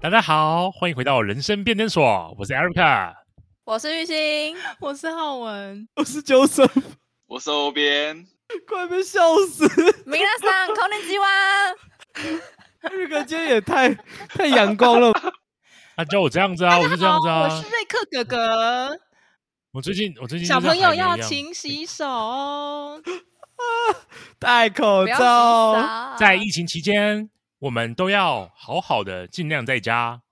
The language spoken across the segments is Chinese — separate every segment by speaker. Speaker 1: 大家好，欢迎回到人生变电所，我是 Erica。
Speaker 2: 我是玉兴，
Speaker 3: 我是浩文，我是九神，
Speaker 4: 我是欧边，
Speaker 3: 快被笑死！
Speaker 2: 明娜桑，空灵吉哇，
Speaker 3: 这个今天也太太阳光了。
Speaker 1: 他叫我这样子啊，我就这样子啊。
Speaker 3: 我是瑞克哥哥，
Speaker 1: 我最近我最近就
Speaker 3: 小
Speaker 1: 像
Speaker 3: 朋友
Speaker 1: 海绵
Speaker 3: 要
Speaker 1: 一样
Speaker 3: 勤洗手哦。戴口
Speaker 2: 不要洗
Speaker 3: 罩，
Speaker 2: 澡
Speaker 1: 在疫情期间，我们都要好好的，尽量在家，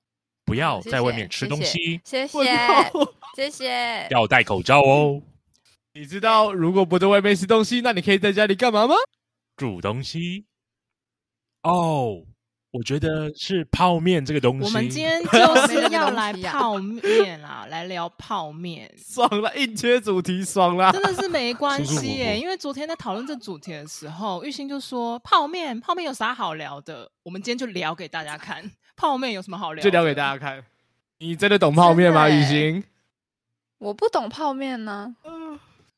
Speaker 1: 不要
Speaker 2: 好谢
Speaker 1: 在外
Speaker 2: 谢
Speaker 1: 面吃
Speaker 2: 谢
Speaker 1: 东
Speaker 2: 谢
Speaker 1: 西，
Speaker 2: 谢
Speaker 3: 我
Speaker 2: 谢
Speaker 3: 靠！
Speaker 2: 谢谢，
Speaker 1: 要戴口罩哦，
Speaker 3: 你知道如果不在外面吃东西，那你可以在家里干嘛吗？，
Speaker 1: 煮东西。哦，我觉得是泡面这个东西。
Speaker 5: 我们今天
Speaker 2: 没
Speaker 5: 就
Speaker 2: 那个
Speaker 5: 是要
Speaker 2: 东
Speaker 5: 来
Speaker 2: 西啊
Speaker 5: 泡面啦，来聊泡面
Speaker 3: 爽了，硬切主题爽啦
Speaker 5: 真！的是没关
Speaker 1: 舒舒服
Speaker 5: 系耶、
Speaker 1: 服
Speaker 5: 因为昨天在讨论这主题的时候，玉兴就说泡面，泡面有啥好聊的？我们今天就聊给大家看，泡面有什么好聊？
Speaker 3: 就聊给大家。看。你真的懂泡面吗，
Speaker 2: 真
Speaker 3: 雨
Speaker 2: 的欸
Speaker 3: 欣？
Speaker 2: 我不懂泡面呢，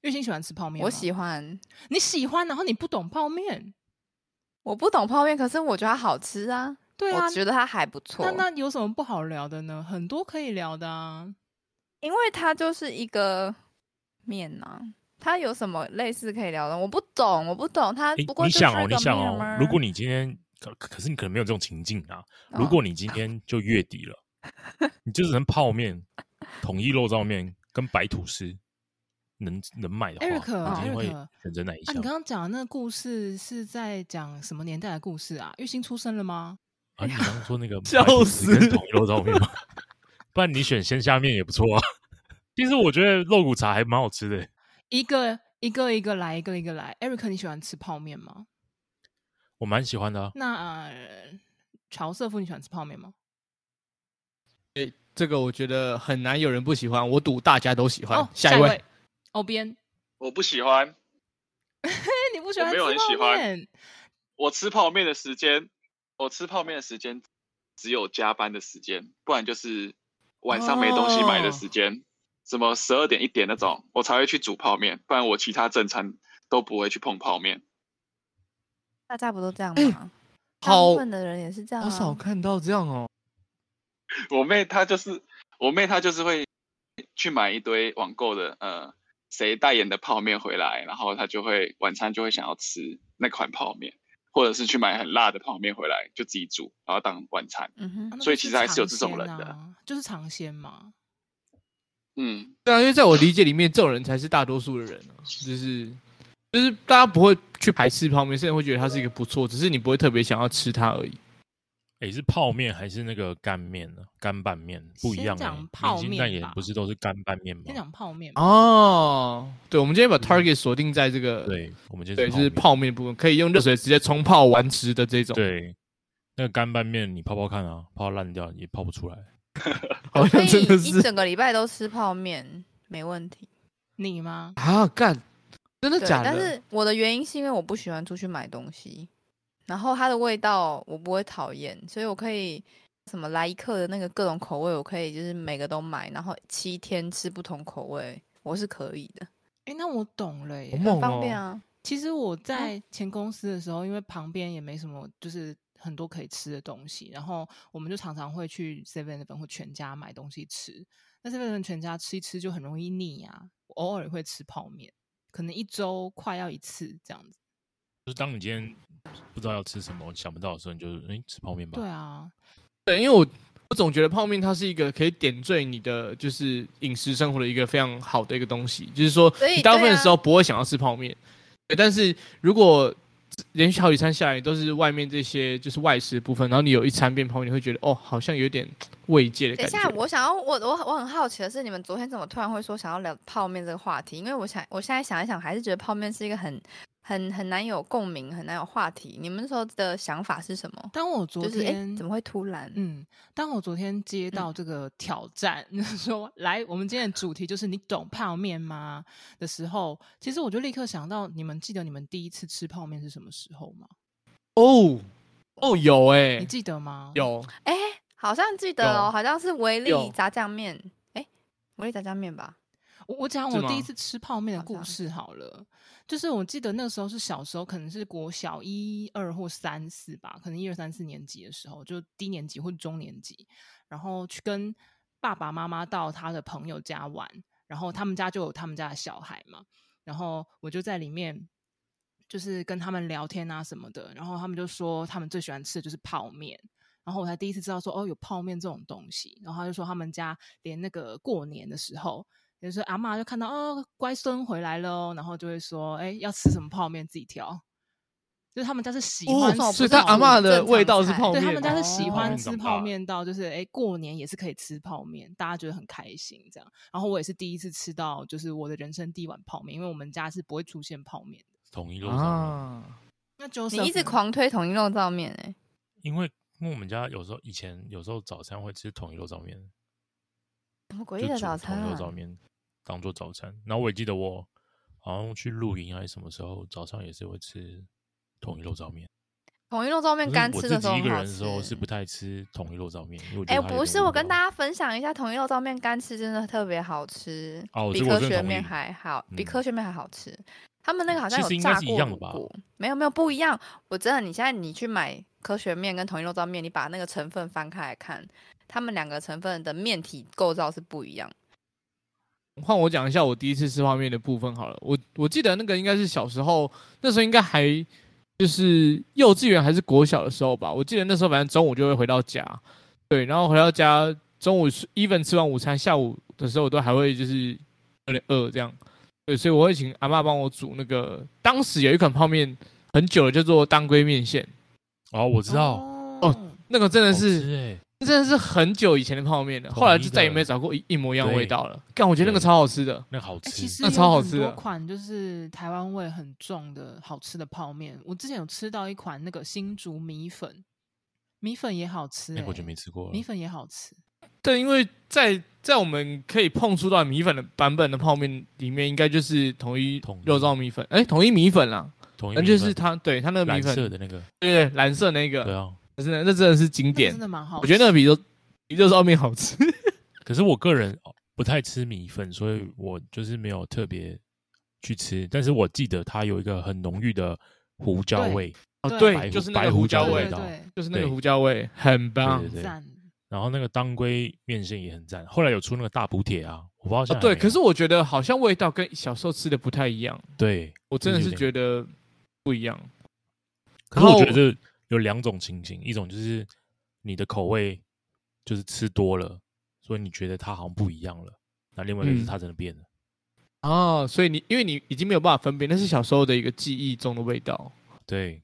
Speaker 5: 玉兴喜欢吃泡
Speaker 3: 啊
Speaker 5: 面吗，
Speaker 2: 我喜欢，
Speaker 5: 你喜欢，然后你不懂泡面，
Speaker 2: 我不懂泡面，可是我觉得它好吃啊，
Speaker 5: 对啊
Speaker 2: 我，觉得它还不错
Speaker 5: 那，那有什么不好聊的呢？很多可以聊的啊。
Speaker 2: 因为它就是一个面呐，它有什么类似可以聊的？我不懂，我不懂，它
Speaker 1: 诶
Speaker 2: 不过
Speaker 1: 你
Speaker 2: 就是
Speaker 1: 想哦，
Speaker 2: 一
Speaker 1: 你
Speaker 2: 个
Speaker 1: 想
Speaker 2: 面
Speaker 1: 哦
Speaker 2: 吗，
Speaker 1: 如果你今天可可是你可能没有这种情境啊。
Speaker 2: 哦
Speaker 1: 如果你今天就月底了，你就只能泡面、统一肉燥面跟白吐司，能能买的话
Speaker 5: Eric，
Speaker 1: 你今天会
Speaker 5: Eric
Speaker 1: 选择哪一
Speaker 5: 啊，
Speaker 1: 项？
Speaker 5: 你刚刚讲的那个故事是在讲什么年代的故事啊？玉兴出生了吗？
Speaker 1: 啊，你刚刚说那个
Speaker 3: 笑
Speaker 1: 白吐司
Speaker 3: 死
Speaker 1: 跟统一肉燥面吗？ 不然你选鲜虾面也不错啊。 其实我觉得肉骨茶还蛮好吃的、
Speaker 5: 一个一个一个来，一个一个来。Eric，你喜欢吃泡面吗？
Speaker 1: 我蛮喜欢的、啊。
Speaker 5: 那、呃乔瑟夫，你喜欢吃泡面吗？
Speaker 3: 这个我觉得很难有人不喜欢，我赌大家都喜欢
Speaker 5: 哦，。
Speaker 3: 下
Speaker 5: 一
Speaker 3: 位，，
Speaker 5: 欧边，
Speaker 4: 我不喜欢，
Speaker 5: 哎，你不喜欢
Speaker 4: 我
Speaker 5: 吃
Speaker 4: 没有很喜
Speaker 5: 泡
Speaker 4: 欢
Speaker 5: 面？啊
Speaker 4: 我吃泡面的时间，我吃泡面的时间只有加班的时间，不然就是晚上没东西买的时间，什么十二点一点那种，我才会去煮泡面，不然我其他正餐都不会去碰泡面。
Speaker 2: 大家不都这样吗？大
Speaker 3: 嗯好
Speaker 2: 部分的人也是这样
Speaker 3: 好
Speaker 2: 啊，
Speaker 3: 少看到这样哦。
Speaker 4: 我妹她就是我妹她就是会去买一堆网购的呃谁代言的泡面回来，然后她就会晚餐就会想要吃那款泡面，或者是去买很辣的泡面回来就自己煮，然后当晚餐。
Speaker 2: 嗯哼
Speaker 5: 啊，那
Speaker 4: 所以
Speaker 5: 就
Speaker 4: 其实还是有
Speaker 5: 尝
Speaker 4: 这种
Speaker 5: 鲜
Speaker 4: 人的
Speaker 5: 啊，就是尝鲜嘛。
Speaker 4: 嗯，
Speaker 3: 对啊，因为在我理解里面，这种人才是大多数的人、啊，就是就是大家不会去排斥泡面，甚至会觉得它是一个不错，只是你不会特别想要吃它而已。
Speaker 1: 诶，是泡面还是那个干面呢？干拌面不一
Speaker 5: 先
Speaker 1: 样、欸。
Speaker 5: 讲
Speaker 1: 明
Speaker 5: 泡
Speaker 1: 星
Speaker 5: 面
Speaker 1: 代言
Speaker 5: 吧
Speaker 1: 不是都是干拌面吗
Speaker 5: 先？讲泡面吧，
Speaker 3: 啊哦，对，我们今天把 target 锁定在这个，
Speaker 1: 嗯对，我们就
Speaker 3: 对，
Speaker 1: 是
Speaker 3: 就是
Speaker 1: 面
Speaker 3: 泡面部分，可以用热水直接冲泡完吃的这种。，
Speaker 1: 对，那个干拌面你泡泡看啊，泡烂掉也泡不出来。
Speaker 3: 好
Speaker 2: 所
Speaker 3: 像
Speaker 2: 以
Speaker 3: 真的
Speaker 2: 一
Speaker 3: 是
Speaker 2: 整个礼拜都吃泡面没问题。
Speaker 5: 你吗？
Speaker 3: 啊，干，真的
Speaker 2: 对，
Speaker 3: 假的？
Speaker 2: 但是我的原因是因为我不喜欢出去买东西，然后它的味道我不会讨厌，所以我可以什么来一克的那个各种口味，我可以就是每个都买，然后七天吃不同口味，我是可以的，
Speaker 5: 哎，那我懂了耶
Speaker 3: 好。猛
Speaker 2: 方便
Speaker 3: 哦！
Speaker 2: 啊。
Speaker 5: 其实我在前公司的时候，因为旁边也没什么，就是很多可以吃的东西，然后我们就常常会去 Seven Eleven 或全家买东西吃。那 Seven Eleven 全家吃一吃就很容易腻啊，我偶尔会吃泡面，可能一周快要一次这样子。
Speaker 1: 就是当你今天不知道要吃什么，想不到的时候，你就诶吃泡面吧。
Speaker 5: 对啊，
Speaker 3: 对，因为我我总觉得泡面它是一个可以点缀你的就是饮食生活的一个非常好的一个东西，就是说
Speaker 2: 所以
Speaker 3: 你大部
Speaker 2: 对
Speaker 3: 分的
Speaker 2: 啊
Speaker 3: 时候不会想要吃泡面，对但是如果连续好几餐下来都是外面这些就是外食的部分，然后你有一餐变泡面，你会觉得哦，好像有点慰藉的
Speaker 2: 等
Speaker 3: 感
Speaker 2: 一
Speaker 3: 觉。
Speaker 2: 下，我想要我我我很好奇的是，你们昨天怎么突然会说想要聊泡面这个话题？因为我想我现在想一想，还是觉得泡面是一个很很很难有共鸣、很难有话题。你们那时候的想法是什么？
Speaker 5: 当我昨
Speaker 2: 就是哎、
Speaker 5: 天、
Speaker 2: 怎么会嗯突然？
Speaker 5: 嗯，当我昨天接到这个挑战， 说来，我们今天的主题就是你懂泡面吗的时候，其实我就立刻想到，你们记得你们第一次吃泡面是什么时候吗？
Speaker 3: 哦哦有哎、
Speaker 5: 你记得吗？
Speaker 3: 有
Speaker 2: 哎、好像记得
Speaker 3: 有
Speaker 2: 哦，好像是维
Speaker 3: 有
Speaker 2: 力炸酱面，哎、维力炸酱面吧？
Speaker 5: 我我讲
Speaker 3: 是
Speaker 5: 我第一
Speaker 3: 吗
Speaker 5: 次吃泡面的
Speaker 2: 好
Speaker 5: 故
Speaker 2: 像
Speaker 5: 事好了，就是我记得那时候是小时候，可能是国小一二或三四吧，可能一二三四年级的时候，就低年级或者中年级，然后去跟爸爸妈妈到他的朋友家玩，然后他们家就有他们家的小孩嘛，然后我就在里面就是跟他们聊天啊什么的，然后他们就说他们最喜欢吃的就是泡面。然后我才第一次知道说哦有泡面这种东西，然后他就说他们家连那个过年的时候，就是阿嬷就看到哦乖孙回来了哦，然后就会说哎要吃什么泡面自己挑，就是他们家是喜欢吃泡面、
Speaker 2: 哦
Speaker 3: 所以他阿嬷的
Speaker 2: 正常
Speaker 3: 味道是
Speaker 2: 菜
Speaker 3: 泡
Speaker 5: 对
Speaker 3: 面，
Speaker 5: 他们家是喜
Speaker 2: 哦
Speaker 5: 欢
Speaker 1: 面
Speaker 5: 吃
Speaker 1: 长
Speaker 5: 泡
Speaker 1: 大
Speaker 5: 面到，就是哎、诶过年也是可以吃泡面，大家觉得很开心这样。然后我也是第一次吃到，就是我的人生第一碗泡面，因为我们家是不会出现泡面的。
Speaker 1: 统一肉上面，
Speaker 3: 啊，
Speaker 5: 那就
Speaker 2: 你一直狂推统一肉燥面哎、
Speaker 1: 因为因为我们家有时候以前有时候早餐会吃统一肉燥面，
Speaker 2: 什
Speaker 1: 就
Speaker 2: 么诡异
Speaker 1: 煮
Speaker 2: 的
Speaker 1: 统
Speaker 2: 早餐
Speaker 1: 一肉
Speaker 2: 啊？
Speaker 1: 燥面当做早餐。然后我也记得我好像去露营还是什么时候，早上也是会吃统一肉燥面。
Speaker 2: 统一肉燥面
Speaker 1: 可是
Speaker 2: 干
Speaker 1: 我
Speaker 2: 吃
Speaker 1: 自
Speaker 2: 的时候
Speaker 1: 己一个
Speaker 2: 很好
Speaker 1: 人的时候
Speaker 2: 吃
Speaker 1: 是不太吃统一肉燥面，因为我觉
Speaker 2: 哎、
Speaker 1: 得它有
Speaker 2: 不
Speaker 1: 点
Speaker 2: 是，
Speaker 1: 无
Speaker 2: 我跟
Speaker 1: 聊
Speaker 2: 大家分享一下，统一肉燥面干吃真的特别好吃，
Speaker 1: 哦
Speaker 2: 比
Speaker 1: 这个我
Speaker 2: 科
Speaker 1: 真的
Speaker 2: 学
Speaker 1: 同
Speaker 2: 面
Speaker 1: 意
Speaker 2: 还好，
Speaker 1: 嗯
Speaker 2: 比科学面还好吃。他们那个好像
Speaker 1: 其
Speaker 2: 有
Speaker 1: 实应该
Speaker 2: 炸
Speaker 1: 是一
Speaker 2: 过
Speaker 1: 样的
Speaker 2: 卤
Speaker 1: 吧
Speaker 2: 过，没有没有不一样。我真的，你现在你去买科学面跟统一肉燥面，你把那个成分翻开来看，它们两个成分的面体构造是不一样。
Speaker 3: 换我讲一下我第一次吃泡面的部分好了。我我记得那个应该是小时候，那时候应该还就是幼稚园还是国小的时候吧。我记得那时候反正中午就会回到家，对，然后回到家中午吃 even 吃完午餐，下午的时候我都还会就是有点饿这样，对，所以我会请阿嬷帮我煮那个。当时有一款泡面很久了，叫做当归面线，
Speaker 1: 哦，我知道，
Speaker 3: 哦
Speaker 5: 哦
Speaker 3: 那个真的
Speaker 1: 但
Speaker 3: 是
Speaker 1: 哎，
Speaker 3: 那真的是很久以前的泡面了，
Speaker 1: 统
Speaker 3: 后来
Speaker 1: 一
Speaker 3: 就再也
Speaker 1: 的
Speaker 3: 没有找过一一模一样的味
Speaker 1: 对
Speaker 3: 道了。但我觉得那个
Speaker 1: 对
Speaker 3: 超好吃的。
Speaker 1: 那个好
Speaker 5: 哎、
Speaker 1: 吃，
Speaker 5: 其实
Speaker 3: 那
Speaker 5: 有
Speaker 3: 超好
Speaker 5: 很
Speaker 3: 吃
Speaker 5: 多
Speaker 3: 的
Speaker 5: 款就是台湾味很重的好吃的泡面。我之前有吃到一款那个新竹米粉，米粉也好吃、
Speaker 1: 那
Speaker 5: 欸，
Speaker 1: 个我就没吃过了
Speaker 5: 米。粉也好吃。
Speaker 3: 对，因为在在我们可以碰触到米粉的版本的泡面里面，应该就是统一
Speaker 1: 统一
Speaker 3: 肉燥米粉，哎，统一米粉啦，
Speaker 1: 统一
Speaker 3: 那
Speaker 1: 米
Speaker 3: 就是
Speaker 1: 粉
Speaker 3: 它，对它那个米
Speaker 1: 蓝
Speaker 3: 粉，
Speaker 1: 色的那个，
Speaker 3: 对对，蓝色那
Speaker 1: 对
Speaker 3: 个，
Speaker 1: 啊。
Speaker 3: 真的那真的是经
Speaker 5: 那个
Speaker 3: 典
Speaker 5: 真，的蛮好吃，
Speaker 3: 我觉得那个比肉比肉燥面好吃。
Speaker 1: 可是我个人哦不太吃米粉，所以我就是没有特别去吃。但是我记得它有一个很浓郁的胡椒
Speaker 5: 对
Speaker 1: 味，
Speaker 3: 哦，
Speaker 5: 对
Speaker 1: 白
Speaker 3: 对，就
Speaker 1: 胡
Speaker 3: 是那
Speaker 1: 白
Speaker 3: 个
Speaker 1: 胡
Speaker 3: 胡
Speaker 1: 椒
Speaker 3: 椒
Speaker 5: 对
Speaker 1: 味
Speaker 3: 味
Speaker 5: 对
Speaker 1: 道
Speaker 5: 对
Speaker 3: 就是那个
Speaker 1: 对
Speaker 3: 胡椒味，很棒
Speaker 1: 对。对
Speaker 5: 赞。
Speaker 1: 然后那个当归面线也很赞。后来有出那个大补铁啊，我不知道现
Speaker 3: 哦
Speaker 1: 在还
Speaker 3: 对，
Speaker 1: 没
Speaker 3: 可
Speaker 1: 有
Speaker 3: 是我觉得好像味道跟小时候吃的不太一样，
Speaker 1: 对，
Speaker 3: 我真的
Speaker 1: 就是有点
Speaker 3: 觉得不一样。
Speaker 1: 可是
Speaker 3: 然
Speaker 1: 我
Speaker 3: 后
Speaker 1: 觉得有两种情形，一种就是你的口味就是吃多了，所以你觉得它好像不一样了；那另外一个
Speaker 3: 嗯
Speaker 1: 是它真的变了。
Speaker 3: 哦，所以你因为你已经没有办法分辨，那是小时候的一个记忆中的味道。
Speaker 1: 对，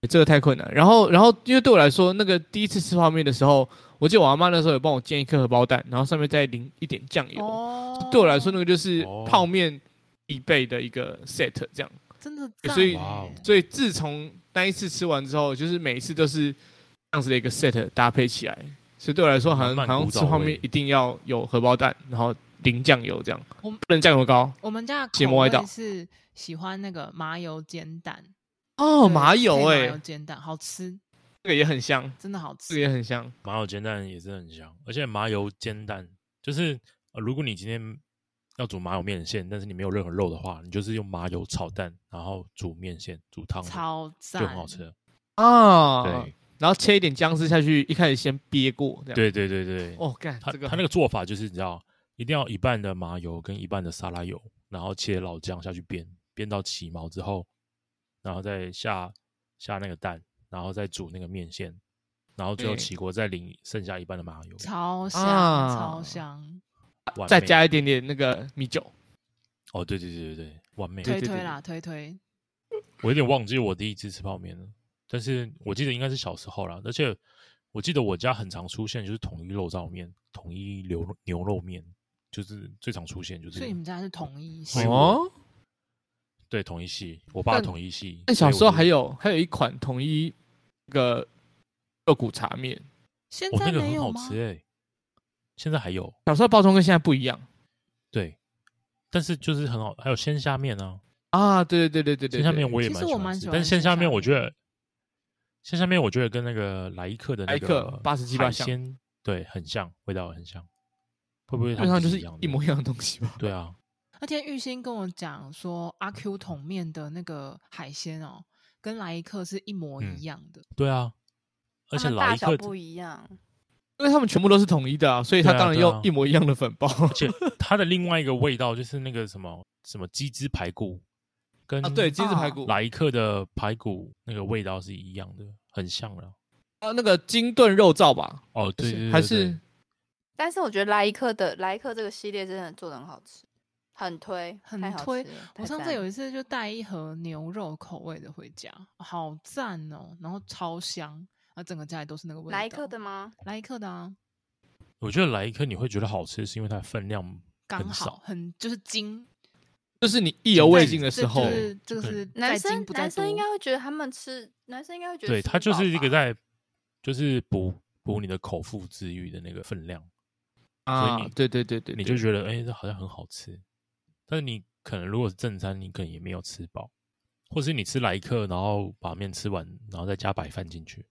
Speaker 3: 欸这个太困难。然后，然后因为对我来说，那个第一次吃泡面的时候，我记得我阿妈那时候有帮我煎一颗荷包蛋，然后上面再淋一点酱油。
Speaker 5: 哦，
Speaker 3: 对我来说，那个就是
Speaker 1: 哦
Speaker 3: 泡面必备的一个 set，这样。
Speaker 5: 真的
Speaker 3: 欸
Speaker 5: 赞
Speaker 3: 所以
Speaker 1: 哇哦
Speaker 5: 欸
Speaker 3: 所以自从那一次吃完之后，就是每一次都是这样子的一个 set 搭配起来。所以对我来说，好像
Speaker 1: 慢
Speaker 3: 好
Speaker 1: 慢
Speaker 3: 像
Speaker 1: 古
Speaker 3: 吃
Speaker 1: 早
Speaker 3: 泡
Speaker 1: 味
Speaker 3: 面一定要有荷包蛋，然后淋酱油这样，
Speaker 5: 我们
Speaker 3: 不能酱油膏
Speaker 5: 我们家的
Speaker 3: 芥
Speaker 5: 口
Speaker 3: 末味
Speaker 5: 味
Speaker 3: 道
Speaker 5: 是喜欢那个麻油煎蛋
Speaker 3: 哦，
Speaker 5: 对
Speaker 3: 麻油
Speaker 5: 配
Speaker 3: 哎、
Speaker 5: 麻油煎蛋好吃，
Speaker 3: 这个也很香，
Speaker 5: 真的好
Speaker 3: 这个
Speaker 5: 吃。
Speaker 3: 也很香。
Speaker 1: 麻油煎蛋也是很香，而且麻油煎蛋就是、呃如果你今天要煮麻油面线，但是你没有任何肉的话，你就是用麻油炒蛋，然后煮面线、煮汤，
Speaker 5: 超
Speaker 1: 就
Speaker 5: 赞，
Speaker 1: 很好吃了。
Speaker 3: 啊，
Speaker 1: 对，
Speaker 3: 然后切一点姜丝下去，一开始先憋过，这样。，
Speaker 1: 对对对对，
Speaker 3: 哦，干
Speaker 1: 它
Speaker 3: 这个
Speaker 1: 它那个做法就是你知道，一定要一半的麻油跟一半的沙拉油，然后切老姜下去煸，煸到起毛之后，然后再下下那个蛋，然后再煮那个面线，然后最后
Speaker 3: 对
Speaker 1: 起锅再淋剩下一半的麻油，
Speaker 5: 超香、
Speaker 3: 啊
Speaker 5: 超香，
Speaker 1: 完
Speaker 3: 再
Speaker 1: 美
Speaker 3: 加一点点那个米酒，
Speaker 1: 哦，对对对对对，完美。
Speaker 3: 对
Speaker 5: 推
Speaker 3: 对
Speaker 5: 推
Speaker 3: 对
Speaker 5: 啦推推，
Speaker 1: 我有点忘记我第一次吃泡面了，但是我记得应该是小时候啦。而且我记得我家很常出现就是统一肉燥面、统一牛肉牛肉面，就是最常出现就是
Speaker 5: 所以你们家是统一系
Speaker 1: 所以
Speaker 3: 哦
Speaker 1: 我。对统一系，我爸
Speaker 3: 但
Speaker 1: 统一系。
Speaker 3: 那哎小时候还
Speaker 1: 有
Speaker 3: 有还有一款统一那个肉骨茶面，
Speaker 5: 现
Speaker 1: 哦，
Speaker 5: 在
Speaker 1: 那个
Speaker 5: 没
Speaker 1: 很
Speaker 5: 有
Speaker 1: 好
Speaker 5: 吗？
Speaker 1: 吃哎、现在还有
Speaker 3: 小时候包装跟现在不一样
Speaker 1: 对，但是就是很好，还有鲜虾面啊，
Speaker 3: 啊！对对对对
Speaker 1: 鲜
Speaker 3: 对对
Speaker 1: 虾
Speaker 3: 对，
Speaker 1: 面我也
Speaker 5: 其
Speaker 1: 蛮
Speaker 5: 实
Speaker 1: 喜
Speaker 5: 我
Speaker 1: 欢
Speaker 5: 蛮
Speaker 1: 吃
Speaker 5: 喜，
Speaker 1: 但
Speaker 5: 欢
Speaker 1: 是鲜
Speaker 5: 鲜
Speaker 1: 虾
Speaker 5: 虾
Speaker 1: 面我
Speaker 5: 面
Speaker 1: 觉得鲜虾面我觉得跟那个莱伊克的
Speaker 3: 莱
Speaker 1: 那
Speaker 3: 克
Speaker 1: 个
Speaker 3: 87八
Speaker 1: 海
Speaker 3: 像
Speaker 1: 鲜对很像，味道很像，会不会
Speaker 3: 基
Speaker 1: 它
Speaker 3: 本上
Speaker 1: 们
Speaker 3: 就是是
Speaker 1: 一样的
Speaker 3: 一模一样的东西吧？
Speaker 1: 对啊，
Speaker 5: 那天玉兴跟我讲说，阿 Q 桶面的那个海鲜哦，跟来一克是一模
Speaker 1: 嗯
Speaker 5: 一样的。
Speaker 1: 对啊，而且
Speaker 2: 他们
Speaker 1: 老
Speaker 2: 大
Speaker 1: 一
Speaker 2: 小
Speaker 1: 克，
Speaker 2: 不一样，
Speaker 3: 因为他们全部都是统一的啊，所以他
Speaker 1: 对啊
Speaker 3: 当然
Speaker 1: 对
Speaker 3: 用
Speaker 1: 啊
Speaker 3: 一模一样的粉包。
Speaker 1: 而且它的另外一个味道就是那个什么什么鸡汁排骨，跟
Speaker 3: 啊，对，鸡翅排骨
Speaker 1: 来一克的排骨那个味道是一样的，很像了。
Speaker 3: 啊，那个金炖肉燥吧，
Speaker 1: 哦，对对对
Speaker 3: 还
Speaker 1: 对
Speaker 3: 是
Speaker 2: 但是我觉得莱一克的莱一克这个系列真的做的很好吃，很推，
Speaker 5: 很
Speaker 2: 太好
Speaker 5: 推
Speaker 2: 吃了
Speaker 5: 我
Speaker 2: 太
Speaker 5: 上次
Speaker 2: 赞
Speaker 5: 有
Speaker 2: 了
Speaker 5: 一次就带一盒牛肉口味的回家，好赞哦，然后超香，啊，整个家里都是那个味道。
Speaker 2: 莱一克的？吗？
Speaker 5: 来一克的啊，
Speaker 1: 我觉得来一克你会觉得好吃，是因为它的分量
Speaker 5: 刚
Speaker 1: 很少
Speaker 5: 好，很就是精
Speaker 3: 就是你意犹未尽的
Speaker 5: 这
Speaker 3: 时候
Speaker 5: 就，是这个
Speaker 1: 对
Speaker 5: 是
Speaker 2: 男
Speaker 5: 在精
Speaker 2: 生
Speaker 5: 不在
Speaker 2: 男生应
Speaker 5: 多
Speaker 2: 该会觉得他们吃，男生应该会觉得
Speaker 1: 对，
Speaker 2: 吃
Speaker 1: 它
Speaker 2: 不
Speaker 1: 就
Speaker 2: 饱
Speaker 1: 是一个
Speaker 2: 吧
Speaker 1: 在就是补补你的口腹之欲的那个分量，
Speaker 3: 啊
Speaker 1: 所以你，
Speaker 3: 对对对对，
Speaker 1: 你
Speaker 3: 对
Speaker 1: 就觉得哎、这好像很好吃，但是你可能如果是正餐，你可能也没有吃饱，或是你吃来一克，然后把面吃完，然后再加白饭进去。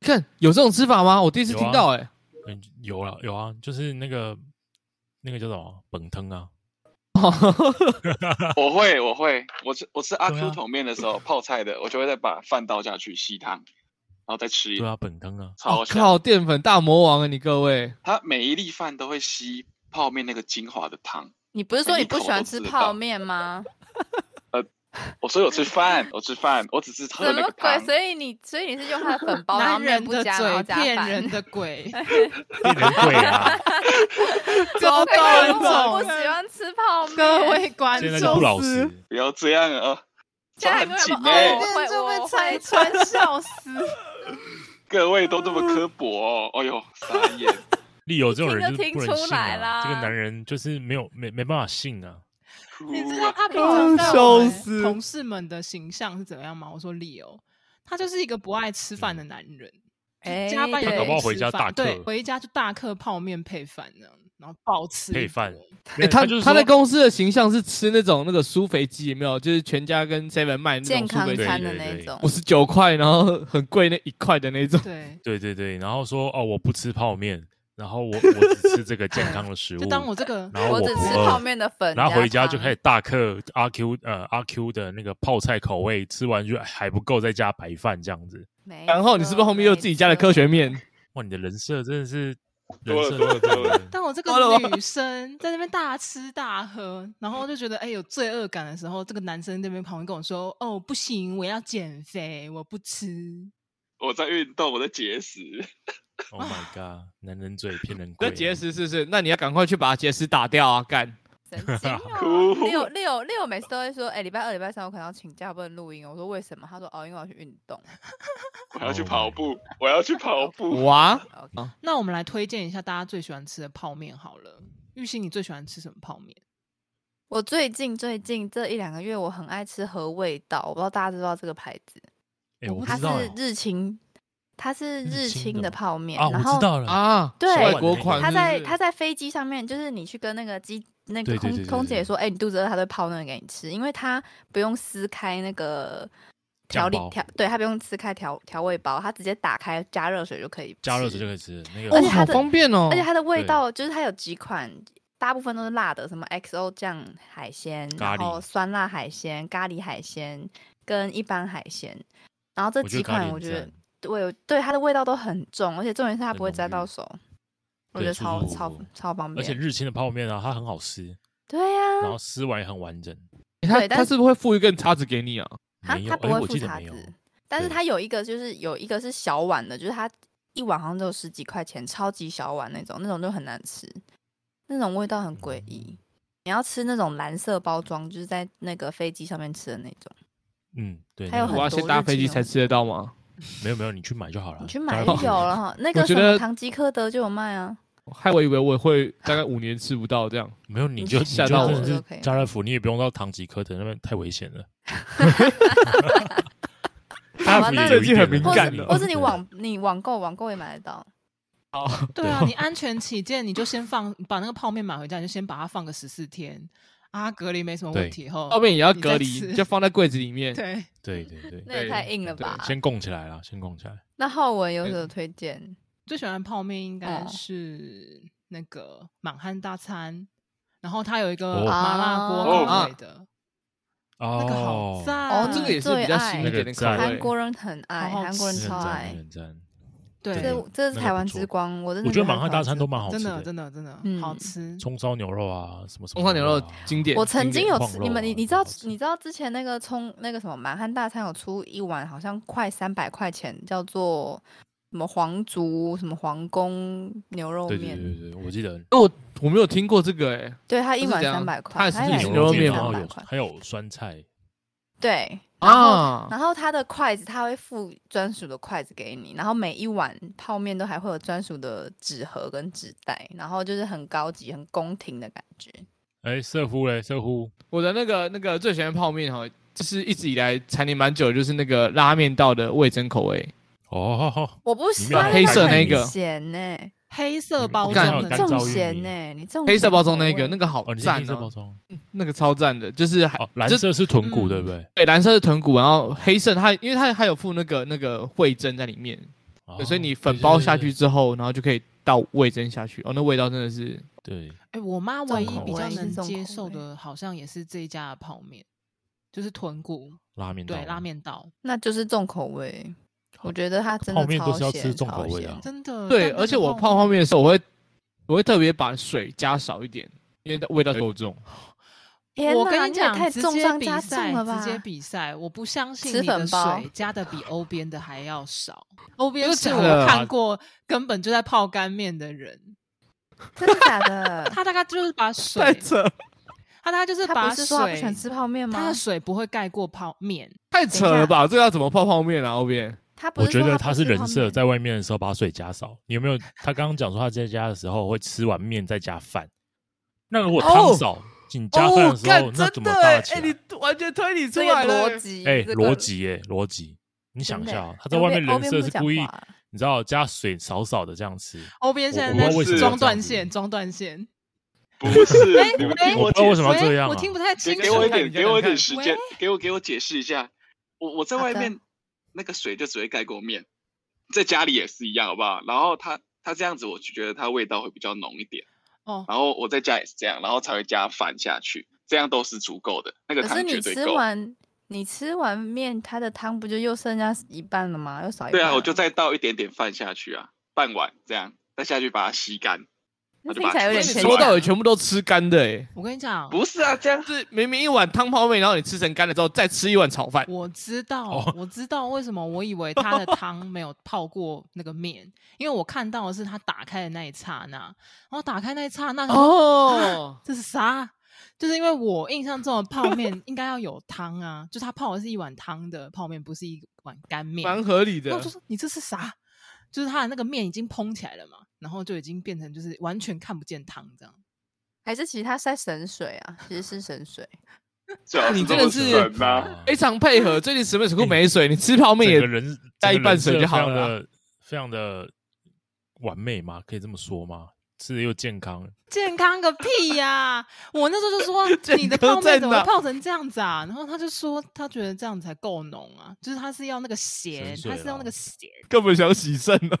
Speaker 3: 看有这种吃法吗？我第一次
Speaker 1: 有
Speaker 3: 听
Speaker 1: 啊
Speaker 3: 到，哎，
Speaker 1: 嗯，有啊有啊，就是那个那个叫什么本汤啊，
Speaker 4: 我会，我会，我吃我吃阿
Speaker 1: 对啊
Speaker 4: Q 桶面的时 候，泡菜的，我就会再把饭倒下去吸汤，然后再吃一
Speaker 1: 对啊，本汤啊，
Speaker 4: 超
Speaker 3: 我
Speaker 4: 香。
Speaker 3: 哦靠，淀粉大魔王啊，你各位，
Speaker 4: 它每一粒饭都会吸泡面那个精华的汤。
Speaker 2: 你不是说
Speaker 4: 每
Speaker 2: 你
Speaker 4: 一
Speaker 2: 不
Speaker 4: 口
Speaker 2: 喜
Speaker 4: 都
Speaker 2: 欢
Speaker 4: 吃
Speaker 2: 吃
Speaker 4: 得
Speaker 2: 泡
Speaker 4: 到
Speaker 2: 面吗？
Speaker 4: 我说有 吃饭，我吃饭，我只是喝
Speaker 2: 什
Speaker 4: 那
Speaker 2: 么
Speaker 4: 个
Speaker 2: 鬼？
Speaker 4: 汤。
Speaker 2: 所以你所以你是用它的粉包，然后
Speaker 5: 男
Speaker 2: 面
Speaker 5: 人
Speaker 2: 不
Speaker 5: 的
Speaker 2: 加，然后
Speaker 5: 嘴
Speaker 2: 加
Speaker 5: 骗
Speaker 2: 饭。
Speaker 5: 人的鬼，
Speaker 1: 变人鬼啊！
Speaker 5: 各位
Speaker 2: 因为
Speaker 5: 观
Speaker 2: 我不
Speaker 5: 众
Speaker 2: 喜欢 吃 泡面。
Speaker 5: 各位观
Speaker 1: 现在
Speaker 5: 众是，
Speaker 1: 就不老 实，
Speaker 4: 不要这样啊！
Speaker 2: 现
Speaker 4: 抓
Speaker 2: 在
Speaker 4: 很
Speaker 2: 有没有
Speaker 4: 紧
Speaker 2: 什么
Speaker 4: 哎、
Speaker 2: 哦会
Speaker 5: 就
Speaker 2: 我
Speaker 5: 被
Speaker 2: 会
Speaker 5: 拆穿，笑死。
Speaker 4: 各位都这么刻薄哦！哎呦，傻眼！
Speaker 1: 丽友这种
Speaker 2: 听
Speaker 1: 人
Speaker 2: 就
Speaker 1: 就是不能
Speaker 2: 听出
Speaker 1: 信
Speaker 2: 来
Speaker 1: 啊！这个
Speaker 2: 啦
Speaker 1: 男人就是没有没没办法信啊！
Speaker 5: 你知
Speaker 4: 哭
Speaker 5: 道
Speaker 4: 啊
Speaker 5: 他平
Speaker 3: 啊
Speaker 2: 嗯
Speaker 5: 常在
Speaker 3: 笑
Speaker 5: 我们
Speaker 3: 死
Speaker 5: 同事们的形象是怎么样吗？我说 Leo，他就是一个不爱吃饭的
Speaker 1: 嗯
Speaker 5: 男人，
Speaker 2: 哎，
Speaker 5: 加班也
Speaker 1: 他搞
Speaker 5: 没
Speaker 1: 不好
Speaker 2: 对，
Speaker 1: 回
Speaker 5: 吃
Speaker 1: 家
Speaker 5: 饭
Speaker 1: 大
Speaker 5: 对，
Speaker 1: 客
Speaker 5: 回家就大客泡面配饭这样，然后暴吃
Speaker 1: 配
Speaker 5: 一
Speaker 1: 饭
Speaker 5: 锅
Speaker 1: 没
Speaker 3: 哎，
Speaker 1: 有
Speaker 3: 他
Speaker 1: 就是
Speaker 3: 他在
Speaker 1: 说
Speaker 3: 公司的形象是吃那种那个酥肥鸡，有没有？就是全家跟 seven 卖那种
Speaker 2: 健
Speaker 3: 酥
Speaker 2: 康
Speaker 3: 肥
Speaker 2: 餐
Speaker 3: 鸡，
Speaker 2: 的
Speaker 1: 对对
Speaker 2: 那
Speaker 1: 对
Speaker 2: 种
Speaker 3: 五。十九块，然后很贵那一块的那种。
Speaker 5: 对，
Speaker 1: 对对对，然后说哦，我不吃泡面，然后我我只吃这个健康的食物，
Speaker 5: 就当我这个
Speaker 1: 然后我
Speaker 2: 只
Speaker 1: 不
Speaker 2: 吃
Speaker 1: 饿
Speaker 2: 泡面的粉
Speaker 1: 然后回家
Speaker 2: 加
Speaker 1: 就
Speaker 2: 汤
Speaker 1: 开始大客阿 Q 呃阿 Q 的那个泡菜口味，吃完就还不够，再加白饭这样子。
Speaker 2: 没
Speaker 3: 然后你是不是
Speaker 2: 错
Speaker 3: 后面又自己加了科？学面？
Speaker 1: 哇，你的人设真的是人
Speaker 4: 多了
Speaker 1: 设
Speaker 4: 多
Speaker 1: 都
Speaker 4: 了
Speaker 1: 不
Speaker 4: 多了
Speaker 1: 一样
Speaker 5: 当我这
Speaker 3: 糟了
Speaker 5: 个
Speaker 3: 吧
Speaker 5: 女生在那边大吃大喝，然后就觉得哎、有罪恶感的时候，这个男生在那边旁边跟我说：“哦，不行，我要减肥，我不吃。
Speaker 4: 我在运动，我在节食。
Speaker 1: Oh my god，男人嘴骗人鬼
Speaker 3: 那
Speaker 1: 啊。
Speaker 3: 结石是不是？那你要赶快去把结石打掉啊！干，
Speaker 2: 没错 神经哦！
Speaker 4: 哭
Speaker 2: 六六六每次都会说，哎，礼拜二、礼拜三我可能要请假，不能录音哦。我说为什么？他说哦，因为我要去运动。
Speaker 4: 我要去
Speaker 1: Oh
Speaker 4: 跑
Speaker 1: my
Speaker 4: 步，我要去跑步。
Speaker 3: 哇！
Speaker 2: OK，
Speaker 5: 那我们来推荐一下大家最喜欢吃的泡面好了。玉兴，你最喜欢吃什么泡面？
Speaker 2: 我最近最近这一两个月，我很爱吃和味道，我不知道大家知不知道这个牌子，
Speaker 1: 哎，我不
Speaker 2: 它
Speaker 1: 知道
Speaker 2: 是
Speaker 1: 哎
Speaker 2: 日清，它是
Speaker 1: 日
Speaker 2: 日
Speaker 1: 清
Speaker 2: 清
Speaker 1: 的
Speaker 2: 的
Speaker 1: 吗
Speaker 2: 泡面，
Speaker 1: 啊，
Speaker 2: 然
Speaker 1: 我
Speaker 2: 后
Speaker 1: 知道了，
Speaker 3: 啊，
Speaker 2: 对
Speaker 3: 外国款，
Speaker 2: 他在
Speaker 3: 是不是
Speaker 2: 他在飞机上面，就是你去跟那个机那个
Speaker 1: 对对
Speaker 2: 空
Speaker 1: 对对
Speaker 2: 空姐
Speaker 1: 对
Speaker 2: 说，哎、你肚子饿，她都会泡那个给你吃，因为她不用撕开那个
Speaker 1: 酱
Speaker 2: 调理
Speaker 1: 包
Speaker 2: 调，对，她不用撕开调调味包，她直接打开加热水就可以
Speaker 1: 加热水
Speaker 2: 吃
Speaker 1: 就可以吃那个
Speaker 2: 而且
Speaker 3: 哇，
Speaker 2: 它
Speaker 3: 好
Speaker 2: 的
Speaker 3: 方便哦
Speaker 2: 而且！它的味
Speaker 1: 对
Speaker 2: 道就是它有几款，大部分都是辣的，什么 XO 酱海鲜，
Speaker 1: 咖
Speaker 2: 然
Speaker 1: 喱
Speaker 2: 后酸辣海鲜、咖喱海鲜跟一般海鲜，然后这
Speaker 1: 我觉
Speaker 2: 几
Speaker 1: 得咖喱
Speaker 2: 款
Speaker 1: 很
Speaker 2: 我觉得
Speaker 1: 赞
Speaker 2: 对我对它的味道都很重，而且重点是它
Speaker 1: 很
Speaker 2: 不会
Speaker 1: 浓
Speaker 2: 沾到
Speaker 1: 郁
Speaker 2: 手，我
Speaker 1: 对
Speaker 2: 觉得
Speaker 1: 舒
Speaker 2: 超
Speaker 1: 舒服
Speaker 2: 超
Speaker 1: 服
Speaker 2: 超方
Speaker 1: 而且
Speaker 2: 便。
Speaker 1: 日清的泡面啊，它很好撕，
Speaker 2: 对呀、
Speaker 1: 然后撕完也很完整。
Speaker 3: 他
Speaker 2: 对但
Speaker 3: 他是不是会附一根叉子给你啊？
Speaker 2: 它
Speaker 1: 没有
Speaker 2: 它不
Speaker 1: 哎
Speaker 2: 会
Speaker 1: 我
Speaker 2: 附
Speaker 1: 记得
Speaker 2: 叉
Speaker 1: 没有
Speaker 2: 子，但是
Speaker 1: 对
Speaker 2: 它有一个就是有一个是小碗的，就是它一碗好像只有十几块钱，超级小碗那种，那种就很难吃，那种味道很诡异。
Speaker 1: 嗯
Speaker 2: 你要吃那种蓝色包装，就是在那个飞机上面吃的那种，
Speaker 1: 嗯，对，
Speaker 2: 它
Speaker 1: 那
Speaker 2: 有
Speaker 1: 个
Speaker 2: 很
Speaker 3: 我要
Speaker 1: 我
Speaker 3: 先
Speaker 2: 多
Speaker 3: 搭
Speaker 2: 日
Speaker 3: 飞机
Speaker 2: 清
Speaker 3: 才
Speaker 2: 哦
Speaker 3: 吃得到吗？
Speaker 1: 没有没有，你去买就好了。
Speaker 2: 你去买
Speaker 1: 当
Speaker 2: 就
Speaker 1: 然
Speaker 2: 有 了哈。那个
Speaker 3: 觉
Speaker 2: 什么
Speaker 3: 得
Speaker 2: 唐吉诃德就有卖啊，
Speaker 3: 害我以为我会大概五年吃不到这样。
Speaker 1: 没有，你就你
Speaker 3: 吓
Speaker 1: 就
Speaker 3: 到
Speaker 1: 真
Speaker 3: 我
Speaker 1: 的
Speaker 2: 了
Speaker 1: 是
Speaker 2: 都可以
Speaker 1: 家乐福，你也不用到唐吉诃德那边，太危险了。
Speaker 2: 好
Speaker 1: 家乐
Speaker 2: 吧
Speaker 1: 福
Speaker 2: 那
Speaker 1: 也有一
Speaker 3: 最近很
Speaker 1: 点
Speaker 3: 敏感
Speaker 1: 了
Speaker 3: 的
Speaker 2: 或是你
Speaker 1: 对
Speaker 2: 网你网购网购也买得到。
Speaker 5: 对啊，你安全起见，你就先放把那个泡面买回家，你就先把它放个十四天啊，隔离没什么问
Speaker 1: 对
Speaker 5: 题后。
Speaker 3: 泡面也要
Speaker 5: 哦你再
Speaker 3: 隔
Speaker 5: 吃
Speaker 3: 离，就放在柜子里面。
Speaker 5: 对，
Speaker 1: 对对对，
Speaker 2: 那也
Speaker 3: 对
Speaker 2: 太硬了
Speaker 3: 对
Speaker 2: 吧？
Speaker 1: 先供起来啦，先供起来。
Speaker 2: 那浩文有什
Speaker 3: 对
Speaker 2: 么推荐？
Speaker 5: 最喜欢的泡面应该
Speaker 2: 哦
Speaker 5: 是那个满汉大餐，然后它有一个
Speaker 1: 哦
Speaker 5: 麻辣锅
Speaker 4: 哦
Speaker 5: 口味的，
Speaker 1: 哦，
Speaker 5: 那个好赞
Speaker 2: 哦
Speaker 3: 这个也是比较新一
Speaker 1: 那
Speaker 3: 点的口
Speaker 1: 个赞
Speaker 2: 韩
Speaker 3: 味。
Speaker 2: 国人很爱，
Speaker 5: 好好
Speaker 2: 韩国人
Speaker 1: 那
Speaker 5: 吃
Speaker 1: 个
Speaker 2: 超
Speaker 1: 很赞，那
Speaker 2: 爱
Speaker 1: 个，很赞。
Speaker 5: 对，
Speaker 1: 真的
Speaker 2: 这这
Speaker 1: 那
Speaker 2: 是
Speaker 1: 个
Speaker 2: 台
Speaker 1: 不
Speaker 2: 湾
Speaker 1: 错
Speaker 2: 之光，我真的
Speaker 1: 我觉得
Speaker 2: 蛮
Speaker 1: 马汉大餐都蛮好
Speaker 5: 真
Speaker 1: 吃
Speaker 5: 的真
Speaker 1: 的，
Speaker 5: 的真的
Speaker 2: 嗯
Speaker 5: 好吃。
Speaker 1: 葱烧牛肉啊，什么什么
Speaker 3: 红烧牛肉
Speaker 1: 啊
Speaker 3: 经典，
Speaker 2: 我曾经
Speaker 3: 经典
Speaker 2: 有
Speaker 1: 棒
Speaker 2: 吃
Speaker 1: 肉
Speaker 2: 你们，
Speaker 1: 啊
Speaker 2: 你你
Speaker 1: 很
Speaker 2: 知道
Speaker 1: 好吃
Speaker 2: 你知道之前那个葱那个什么满汉大餐有出一碗，好像快三百块钱，叫做什么皇族什么皇宫牛肉
Speaker 1: 对对
Speaker 2: 面，
Speaker 1: 对对，对我记得
Speaker 3: 我没有听过这个哎，
Speaker 2: 对它一
Speaker 3: 它是
Speaker 2: 碗
Speaker 3: 怎样
Speaker 2: 三百
Speaker 3: 它
Speaker 2: 块，
Speaker 3: 也是
Speaker 2: 一
Speaker 3: 自
Speaker 2: 碗
Speaker 3: 己
Speaker 1: 牛
Speaker 3: 牛肉
Speaker 1: 肉
Speaker 2: 是
Speaker 1: 面，
Speaker 3: 面
Speaker 1: 然
Speaker 2: 三
Speaker 1: 后
Speaker 2: 百
Speaker 1: 有
Speaker 2: 块，
Speaker 1: 还有酸菜，
Speaker 2: 对，然后
Speaker 3: 啊，
Speaker 2: 然后它的筷子，它会附专属的筷子给你，然后每一碗泡面都还会有专属的纸盒跟纸袋，然后就是很高级、很宫廷的感觉。
Speaker 1: 哎，色乎嘞，色 乎，
Speaker 3: 我的那个那个最喜欢泡面哈，就是一直以来蝉联蛮久的，就是那个拉面道的味增口味，
Speaker 1: 哦，好好
Speaker 2: 我不喜
Speaker 1: 面
Speaker 2: 欢
Speaker 1: 有黑色那
Speaker 2: 很
Speaker 1: 个
Speaker 2: 咸呢、
Speaker 5: 黑色包
Speaker 1: 你
Speaker 3: 看
Speaker 5: 装
Speaker 1: 有
Speaker 2: 你
Speaker 5: 的
Speaker 1: 嗯干
Speaker 5: 那
Speaker 1: 燥
Speaker 2: 重
Speaker 5: 种
Speaker 1: 玉
Speaker 2: 咸
Speaker 1: 米
Speaker 2: 呢、你重
Speaker 3: 黑色
Speaker 2: 咸
Speaker 3: 包装
Speaker 2: 口
Speaker 3: 那个
Speaker 2: 味
Speaker 3: 那个好
Speaker 1: 哦，你是
Speaker 3: 赞
Speaker 1: 黑色包
Speaker 3: 哦，
Speaker 1: 装，
Speaker 3: 那个超赞的，就是还
Speaker 1: 哦，蓝
Speaker 3: 就
Speaker 1: 色是豚骨，对
Speaker 5: 嗯
Speaker 1: 不对？
Speaker 3: 对蓝色是豚骨，然后黑色它因为它还有附那个那个味增在里面，
Speaker 1: 哦
Speaker 3: 对所以你粉包下，
Speaker 1: 对
Speaker 3: 去之后，然后就可以倒味增下去，哦，那味道真的是
Speaker 1: 对对对，
Speaker 5: 哎，我妈
Speaker 2: 重
Speaker 5: 唯一
Speaker 1: 口
Speaker 5: 比较
Speaker 2: 味
Speaker 5: 能
Speaker 2: 是重
Speaker 5: 接
Speaker 2: 口
Speaker 5: 受
Speaker 2: 味
Speaker 5: 的，好像也是这一家的泡面，就是豚骨
Speaker 1: 拉面
Speaker 5: 对
Speaker 1: 道
Speaker 5: 拉，面道，
Speaker 2: 那就是重口味。我觉得它真
Speaker 1: 泡
Speaker 2: 的
Speaker 1: 面都
Speaker 2: 超
Speaker 1: 是要吃
Speaker 2: 咸
Speaker 1: 重
Speaker 2: 超
Speaker 1: 口味
Speaker 2: 咸
Speaker 1: 啊
Speaker 5: 真的
Speaker 3: 对，
Speaker 5: 但那
Speaker 3: 而且
Speaker 5: 个
Speaker 3: 我泡泡面的时候，我会我会特别把水加少一点，因为味道够重。
Speaker 2: 天
Speaker 5: 我
Speaker 2: 哪
Speaker 5: 跟
Speaker 2: 你也
Speaker 5: 讲，
Speaker 2: 太
Speaker 5: 直
Speaker 2: 重
Speaker 5: 接
Speaker 2: 上
Speaker 5: 比
Speaker 2: 加
Speaker 5: 赛
Speaker 2: 重了
Speaker 5: 直 接
Speaker 2: 吧？
Speaker 5: 比赛，我不相信
Speaker 2: 吃
Speaker 5: 你的
Speaker 2: 粉包
Speaker 5: 水加的比欧边的还要少。欧边
Speaker 3: 真的
Speaker 5: 是
Speaker 3: 假
Speaker 5: 我
Speaker 3: 的
Speaker 5: 看过根本就在泡干面的人，
Speaker 2: 真的假的？
Speaker 5: 他大概就是把水，
Speaker 3: 太扯，
Speaker 5: 他大概就是
Speaker 2: 他
Speaker 5: 把
Speaker 2: 不是说他不喜欢
Speaker 5: 水，
Speaker 2: 吃泡面
Speaker 5: 他
Speaker 2: 吗
Speaker 5: 的？水不会盖过泡面，
Speaker 3: 太扯了吧！这要怎么泡泡面啊？欧边
Speaker 2: 他不
Speaker 1: 我
Speaker 2: 是
Speaker 1: 觉
Speaker 2: 说
Speaker 1: 得
Speaker 2: 他
Speaker 1: 他
Speaker 2: 不
Speaker 1: 是
Speaker 2: 吃泡
Speaker 1: 人设，
Speaker 2: 面
Speaker 1: 在外面的时候把水加少。你有没有？他刚刚讲说他在家的时候会吃完面再加饭，那如果汤
Speaker 3: 哦
Speaker 1: 少，你加饭的时
Speaker 3: 干
Speaker 1: 候，那怎
Speaker 3: 真
Speaker 1: 么
Speaker 3: 的
Speaker 1: 搭
Speaker 3: 欸
Speaker 1: 起
Speaker 3: 哎，
Speaker 1: 来？
Speaker 3: 你完全推理出
Speaker 2: 这个
Speaker 3: 来了
Speaker 2: 逻。辑，
Speaker 1: 哎，
Speaker 2: 这
Speaker 1: 逻
Speaker 2: 个
Speaker 1: 辑耶，逻辑。你想一
Speaker 2: 真的
Speaker 1: 下
Speaker 2: 欸
Speaker 1: 哦，他在
Speaker 2: 欧
Speaker 1: 外
Speaker 2: 边
Speaker 1: 面
Speaker 2: 欧
Speaker 1: 人
Speaker 2: 边
Speaker 1: 设
Speaker 2: 不
Speaker 1: 是
Speaker 2: 讲
Speaker 1: 故意
Speaker 2: 话，
Speaker 3: 啊
Speaker 1: 你知道加水少少的这样吃。
Speaker 5: 欧边现
Speaker 1: 我
Speaker 5: 在
Speaker 1: 我不知道为什
Speaker 5: 在
Speaker 1: 么要这样
Speaker 5: 装断
Speaker 1: 子
Speaker 5: 线，装断线。
Speaker 4: 不是
Speaker 5: 哎，
Speaker 4: 你们
Speaker 5: 哎
Speaker 4: 听我
Speaker 1: 我不知道为怎么，
Speaker 4: 解释
Speaker 1: 要这
Speaker 5: 喂
Speaker 1: 样
Speaker 5: 我
Speaker 1: 啊
Speaker 5: 听不太
Speaker 4: 给
Speaker 5: 清楚。
Speaker 4: 给我一
Speaker 3: 看
Speaker 4: 点，
Speaker 3: 你讲
Speaker 4: 给我
Speaker 3: 讲
Speaker 4: 一点
Speaker 3: 看
Speaker 4: 时
Speaker 5: 喂
Speaker 4: 间，给我给我解释一下。我我在
Speaker 2: 好
Speaker 4: 外
Speaker 2: 的
Speaker 4: 面那个水就只会盖过面，在家里也是一样，好不好？然后它它这样子，我就觉得它味道会比较浓一点。
Speaker 5: 哦，
Speaker 4: 然后我在家也是这样，然后才会加饭下去，这样都是足够的，那个
Speaker 2: 可是
Speaker 4: 汤绝
Speaker 2: 你
Speaker 4: 对
Speaker 2: 吃
Speaker 4: 够。
Speaker 2: 完你吃完面，它的汤不就又剩下一半了吗？又少一半
Speaker 4: 对
Speaker 2: 了。
Speaker 4: 啊，我就再倒一点点饭下去啊，半碗这样，再下去把它吸干。
Speaker 2: 那
Speaker 4: 我就
Speaker 2: 听
Speaker 4: 把
Speaker 2: 起来有
Speaker 4: 它
Speaker 2: 点
Speaker 4: 吃
Speaker 2: 牵
Speaker 4: 完
Speaker 3: 抽
Speaker 4: 了
Speaker 3: 到
Speaker 2: 强
Speaker 3: 尾。全部都吃干的，哎，
Speaker 5: 我跟你讲，
Speaker 4: 不是啊，这样
Speaker 3: 是明明一碗汤泡面，然后你吃成干了之后，再吃一碗炒饭。
Speaker 5: 我知道，
Speaker 1: 哦
Speaker 5: 我知道为什么我以为他的汤没有泡过那个面，因为我看到的是他打开的那一刹那，然后打开那一刹那，
Speaker 3: 哦，
Speaker 5: 这是啥？就是因为我印象中的泡面应该要有汤啊，就是他泡的是一碗汤的泡面，不是一碗干面。
Speaker 3: 蛮合理
Speaker 5: 然后
Speaker 3: 的
Speaker 5: 我就。说你这是啥？就是他的那个面已经蓬起来了嘛，然后就已经变成就是完全看不见汤这样。
Speaker 2: 还是其实它是在省水啊，其实是省水。
Speaker 4: 最好
Speaker 3: 你
Speaker 4: 这
Speaker 3: 真的
Speaker 4: 么
Speaker 3: 是
Speaker 4: 省啊。
Speaker 1: 啊
Speaker 3: 非常配合，最近什么水库没水，你哎吃泡面
Speaker 1: 整个
Speaker 3: 也
Speaker 1: 人
Speaker 3: 加
Speaker 1: 整
Speaker 3: 一
Speaker 1: 个
Speaker 3: 半
Speaker 1: 人
Speaker 3: 水
Speaker 1: 设
Speaker 3: 就好
Speaker 1: 非常
Speaker 3: 了啊
Speaker 1: 的非常的完美吗？可以这么说吗？吃的又健康，
Speaker 5: 健康个屁呀、我那时候就说
Speaker 3: 健
Speaker 5: 你的
Speaker 3: 康
Speaker 5: 泡面
Speaker 3: 在
Speaker 5: 怎么
Speaker 3: 哪
Speaker 5: 泡成这样子啊？然后他就说他觉得这样才够浓啊，就是他是要那个咸，
Speaker 1: 水
Speaker 5: 他是要
Speaker 1: 啦
Speaker 5: 那
Speaker 1: 哦
Speaker 5: 个咸。
Speaker 3: 根本想洗肾了，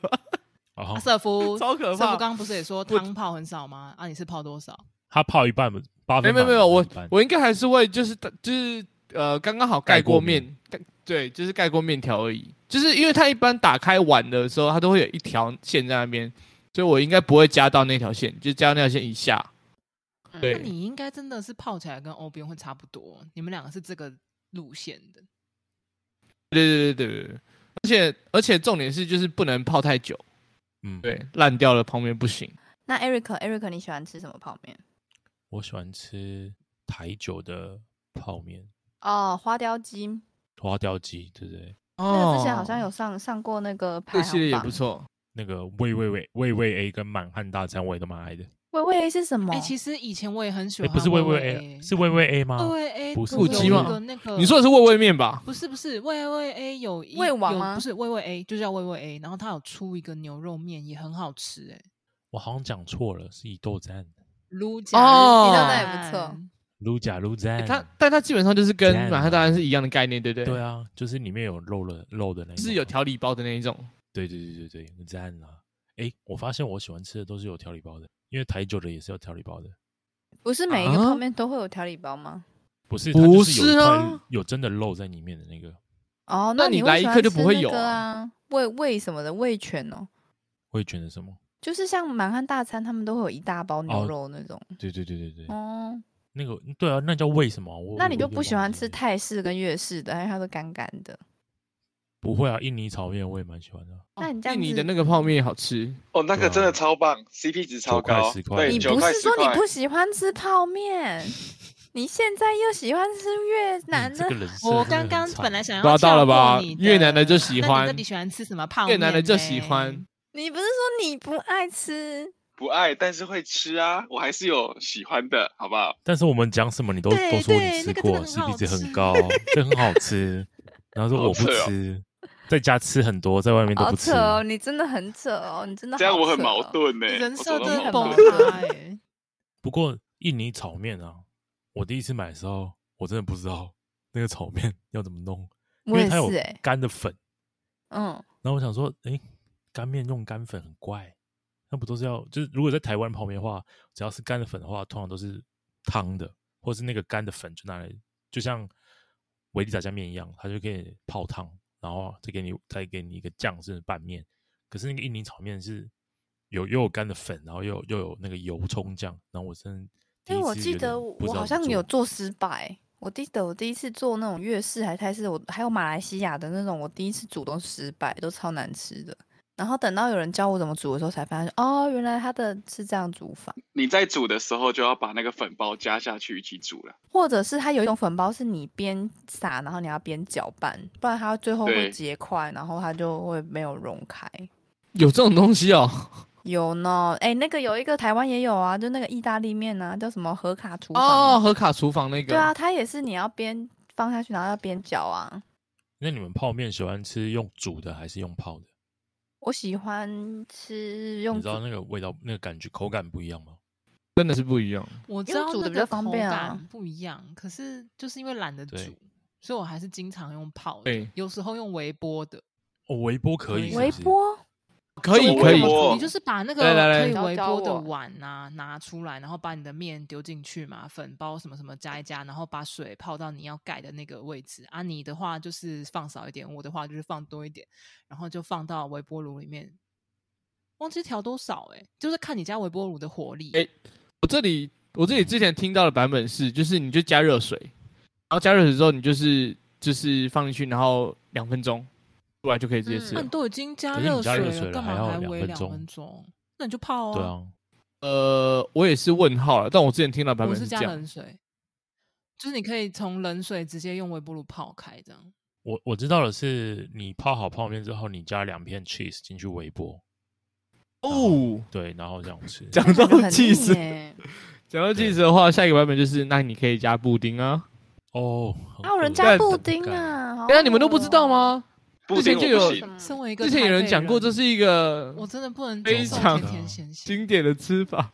Speaker 1: 然
Speaker 5: 啊，
Speaker 1: 后
Speaker 5: 瑟夫，
Speaker 3: 超可
Speaker 5: 瑟
Speaker 3: 怕
Speaker 5: 夫刚刚不是也说汤泡很少吗？啊，你是泡多少？
Speaker 1: 他泡一半，八
Speaker 3: 没
Speaker 1: 分
Speaker 3: 有没有没有，我
Speaker 1: 满一半
Speaker 3: 我应该还是会就是就是呃刚刚好盖过面
Speaker 1: 盖，
Speaker 3: 盖对，就是盖过面条而已。就是因为它一般打开碗的时候，它都会有一条线在那边，所以我应该不会加到那条线，就加到那条线以下。
Speaker 2: 嗯
Speaker 5: 那
Speaker 3: 对
Speaker 5: 你应该真的是泡起来跟欧边会差不多，你们两个是这个路线的。
Speaker 3: 对对对对对，而且而且重点是就是不能泡太久，
Speaker 1: 嗯，
Speaker 3: 对，烂掉了泡面不行。
Speaker 2: 那 Eric，Eric，你喜欢吃什么泡面？
Speaker 1: 我喜欢吃台酒的泡面，
Speaker 2: 哦，花雕鸡，
Speaker 1: 花雕鸡，对不对？
Speaker 3: 哦
Speaker 2: 那个之前
Speaker 1: 哦
Speaker 2: 好像有上上过那个排
Speaker 3: 这系
Speaker 2: 行
Speaker 3: 列也
Speaker 2: 榜
Speaker 3: 不。错。
Speaker 1: 那个味
Speaker 3: 嗯
Speaker 1: 味味味味 A 跟满汉大餐我也都蛮爱的，
Speaker 2: 喂喂是什么
Speaker 5: 哎、？其实以前我也很喜
Speaker 1: 哎，
Speaker 5: 欢，
Speaker 1: 不是味
Speaker 5: 味
Speaker 1: 味
Speaker 5: A，哦
Speaker 1: A，是味味 A 吗？
Speaker 5: 味味 A，
Speaker 1: 不是
Speaker 5: 有
Speaker 3: 顾鸡吗
Speaker 5: 一个那个
Speaker 3: 你说的是味味面吧？
Speaker 5: 不是不是，味味 A 有一
Speaker 2: 味王
Speaker 5: 有
Speaker 2: 吗
Speaker 5: 不是味味 A 就叫味味 A，然后它有出一个牛肉面也很好吃哎、欸，
Speaker 1: 我好像讲错了，是以豆蘸，
Speaker 5: 卤
Speaker 3: 哦
Speaker 2: 你知道那也不错
Speaker 1: 卤甲卤蘸，
Speaker 3: 它但它基本上就是跟
Speaker 1: 这样
Speaker 3: 满汉大餐是一样的概念，对不嗯对？
Speaker 1: 对，啊，就是里面有肉的肉的那一
Speaker 3: 是
Speaker 1: 种
Speaker 3: 有
Speaker 1: 啊
Speaker 3: 调理包的那一种。
Speaker 1: 对对对对啊对，赞啦！哎，我发现我喜欢吃的都是有调理包的，因为台酒的也是有调理包的。
Speaker 2: 不是每一个
Speaker 3: 啊
Speaker 2: 泡面都会有调理包吗？
Speaker 1: 不是，它就
Speaker 3: 不
Speaker 1: 是有一
Speaker 3: 是啊
Speaker 1: 块有真的肉在里面的那个，
Speaker 2: 哦，
Speaker 3: 那
Speaker 2: 你
Speaker 3: 你
Speaker 2: 会
Speaker 3: 来
Speaker 2: 喜
Speaker 3: 一
Speaker 2: 欢
Speaker 3: 克就
Speaker 2: 吃
Speaker 3: 不会
Speaker 2: 那
Speaker 3: 有
Speaker 2: 个
Speaker 3: 啊
Speaker 2: 啊，味味什么的味全哦，
Speaker 1: 会觉得什么？
Speaker 2: 就是像满汉大餐他们都会有一大包牛
Speaker 1: 哦
Speaker 2: 肉那种。
Speaker 1: 对对对对对，
Speaker 2: 哦，
Speaker 1: 那个对啊，那叫为什么啊？我
Speaker 2: 那你
Speaker 1: 我
Speaker 2: 就
Speaker 1: 有点
Speaker 2: 不喜
Speaker 1: 忘
Speaker 2: 欢
Speaker 1: 记
Speaker 2: 吃
Speaker 1: 了？
Speaker 2: 泰式跟粤式的，因为它都干干的。
Speaker 1: 不会啊，印尼炒面我也蛮喜欢的啊，
Speaker 2: 那你这样
Speaker 3: 印尼的
Speaker 2: 子
Speaker 3: 那个泡面也好吃，
Speaker 4: 哦，那个
Speaker 1: 对啊
Speaker 4: 真的超棒，CP 值超
Speaker 1: 9块
Speaker 4: 高，
Speaker 1: 10块
Speaker 4: 对，
Speaker 2: 你
Speaker 4: 九
Speaker 2: 不
Speaker 4: 块
Speaker 2: 是
Speaker 4: 十
Speaker 2: 说
Speaker 4: 块
Speaker 2: 你不喜欢吃泡面，你现在又喜欢吃越南
Speaker 1: 嗯
Speaker 2: 的
Speaker 1: 这个人设
Speaker 5: 我
Speaker 1: 真的
Speaker 5: 刚
Speaker 1: 很
Speaker 5: 刚
Speaker 1: 惨
Speaker 5: 本来想要
Speaker 3: 抓到了
Speaker 5: 跳过
Speaker 3: 吧
Speaker 5: 你
Speaker 3: 越南的就喜
Speaker 5: 那
Speaker 3: 欢
Speaker 5: 你到底喜欢吃什么泡面
Speaker 3: 越
Speaker 5: 呢？
Speaker 3: 南的就喜欢。
Speaker 2: 你不是说你不爱吃？
Speaker 4: 不爱，但是会吃啊，我还是有喜欢的，好不好？
Speaker 1: 但是我们讲什么你都
Speaker 5: 对
Speaker 1: 都说
Speaker 5: 对
Speaker 1: 你吃
Speaker 5: 那个
Speaker 1: 过
Speaker 5: 真的很
Speaker 1: ，CP 值
Speaker 5: 好
Speaker 1: 很
Speaker 5: 吃
Speaker 1: 高，哦这很好吃。然后说
Speaker 4: 好
Speaker 1: 我不
Speaker 4: 扯哦
Speaker 1: 吃，在家吃很多，在外面都
Speaker 2: 好
Speaker 1: 不吃
Speaker 2: 扯。哦，你真的很扯哦，你真的
Speaker 4: 这样
Speaker 2: 好
Speaker 4: 我很
Speaker 2: 扯
Speaker 4: 矛
Speaker 2: 哦。
Speaker 4: 盾呢、
Speaker 5: 你人
Speaker 4: 我
Speaker 5: 设
Speaker 4: 走
Speaker 5: 真
Speaker 4: 到
Speaker 5: 的
Speaker 4: 矛
Speaker 5: 崩
Speaker 4: 盾
Speaker 5: 塌哎！
Speaker 1: 不过印尼炒面啊，我第一次买的时候，我真的不知道 那个炒面要怎么弄，因
Speaker 2: 我
Speaker 1: 为
Speaker 2: 也
Speaker 1: 它有
Speaker 2: 是
Speaker 5: 欸
Speaker 2: 哎，
Speaker 1: 干的粉。
Speaker 2: 嗯，
Speaker 1: 然后我想说，诶，干面用干粉很怪，那不都是要就是如果在台湾泡面的话，只要是干的粉的话，通常都是汤的，或是那个干的粉就拿来，就像维力炸酱面一样，它就可以泡汤，然后再给你再给你一个酱汁的拌面。可是那个印尼炒面是有又有干的粉，然后又有又有那个油葱酱，然后我真的第
Speaker 2: 因
Speaker 1: 一
Speaker 2: 为我
Speaker 1: 次
Speaker 2: 记
Speaker 1: 有点
Speaker 2: 得
Speaker 1: 不
Speaker 2: 我
Speaker 1: 知
Speaker 2: 我
Speaker 1: 道
Speaker 2: 好
Speaker 1: 怎么
Speaker 2: 像有
Speaker 1: 做
Speaker 2: 做失败。我记得我第一次做那种粤式还泰式，我还有马来西亚的那种，我第一次煮都失败，都超难吃的。然后等到有人教我怎么煮的时候，才发现哦，原来它的是这样煮法。
Speaker 4: 你在煮的时候就要把那个粉包加下去一起煮了。
Speaker 2: 或者是它有一种粉包是你边撒，然后你要边搅拌，不然它最后
Speaker 4: 对
Speaker 2: 会结块，然后它就会没有融开。
Speaker 3: 有这种东西哦。
Speaker 2: 有呢，哎、那个有一个台湾也有啊，就那个意大利面啊，叫什么和卡厨房？
Speaker 3: 哦，，和卡厨房那个。
Speaker 2: 对啊，，它也是你要边放下去，然后要边搅啊。
Speaker 1: 那你们泡面喜欢吃用煮的还是用泡的？
Speaker 2: 我喜欢吃用
Speaker 1: 你知
Speaker 2: 煮
Speaker 1: 道那个味道、那个感觉、口感不一样吗？
Speaker 3: 真的是不一样。
Speaker 5: 我知
Speaker 2: 因为
Speaker 5: 道
Speaker 2: 煮
Speaker 5: 那
Speaker 2: 得比较
Speaker 5: 个
Speaker 2: 方
Speaker 5: 口
Speaker 2: 便啊
Speaker 5: 感不一样，可是就是因为懒得煮
Speaker 1: 对，
Speaker 5: 所以我还是经常用泡的
Speaker 3: 对，
Speaker 5: 有时候用微波的。
Speaker 1: 哦，微波可以，
Speaker 5: 对
Speaker 1: 是
Speaker 2: 微
Speaker 1: 不是
Speaker 2: 波，
Speaker 3: 可以
Speaker 4: 微
Speaker 3: 哎可以，
Speaker 4: 波
Speaker 5: 你就是把那个
Speaker 3: 来
Speaker 5: 可
Speaker 3: 来来
Speaker 5: 以
Speaker 2: 教
Speaker 5: 微
Speaker 2: 教
Speaker 5: 波的
Speaker 2: 我
Speaker 5: 碗啊拿出来，然后把你的面丢进去嘛，粉包什么什么加一加，然后把水泡到你要盖的那个位置啊。你的话就是放少一点，我的话就是放多一点，然后就放到微波炉里面。忘记调多少哎、就是看你家微波炉的火力。
Speaker 3: 哎我这里我这里之前听到的版本是，就是你就加热水，然后加热水之后你就是就是放进去，然后两分钟出来就可以直接
Speaker 5: 那
Speaker 3: 吃了
Speaker 5: 啊你。都已经加
Speaker 1: 可是
Speaker 5: 热
Speaker 1: 你加热
Speaker 5: 水
Speaker 1: 水
Speaker 5: 了，
Speaker 1: 了
Speaker 5: 干嘛
Speaker 1: 还要
Speaker 5: 还
Speaker 1: 两
Speaker 5: 煨
Speaker 1: 分
Speaker 5: 两
Speaker 1: 钟
Speaker 5: 分钟？那你就泡
Speaker 1: 对
Speaker 5: 啊。
Speaker 2: 哦
Speaker 1: 啊，
Speaker 3: 呃，我也是问号了，但我之前听到的版
Speaker 5: 我
Speaker 3: 本
Speaker 5: 是
Speaker 3: 这
Speaker 5: 加
Speaker 3: 样。哦
Speaker 5: 冷水，就是你可以从冷水直接用微波炉泡开这样。
Speaker 1: 我我知道的是，你泡好泡面之后，你加两片 cheese 进去微波，
Speaker 3: 哦，
Speaker 1: 对，然后这样吃。
Speaker 3: 讲
Speaker 2: 感觉
Speaker 3: 到
Speaker 2: 很
Speaker 3: 气死
Speaker 2: 腻，耶
Speaker 3: 讲到气死的话，下一个版本就是，那你可以加布丁啊。
Speaker 1: 哦，
Speaker 2: 还啊有人加
Speaker 3: 干
Speaker 2: 布
Speaker 1: 很
Speaker 2: 丁
Speaker 1: 干！
Speaker 2: 啊！好
Speaker 3: 哎呀，你们都
Speaker 2: 恶
Speaker 3: 不知道
Speaker 2: 哦？
Speaker 3: 吗？
Speaker 4: 布丁
Speaker 3: 之前就
Speaker 4: 我不
Speaker 3: 有
Speaker 4: 行
Speaker 2: 什，么
Speaker 5: 身为一个
Speaker 3: 之前有
Speaker 5: 台
Speaker 3: 人
Speaker 5: 北
Speaker 3: 讲过，这
Speaker 5: 人
Speaker 3: 是一个
Speaker 5: 我真的不能
Speaker 3: 非
Speaker 5: 接受
Speaker 3: 常
Speaker 5: 甜甜咸咸，
Speaker 3: 经典的吃法。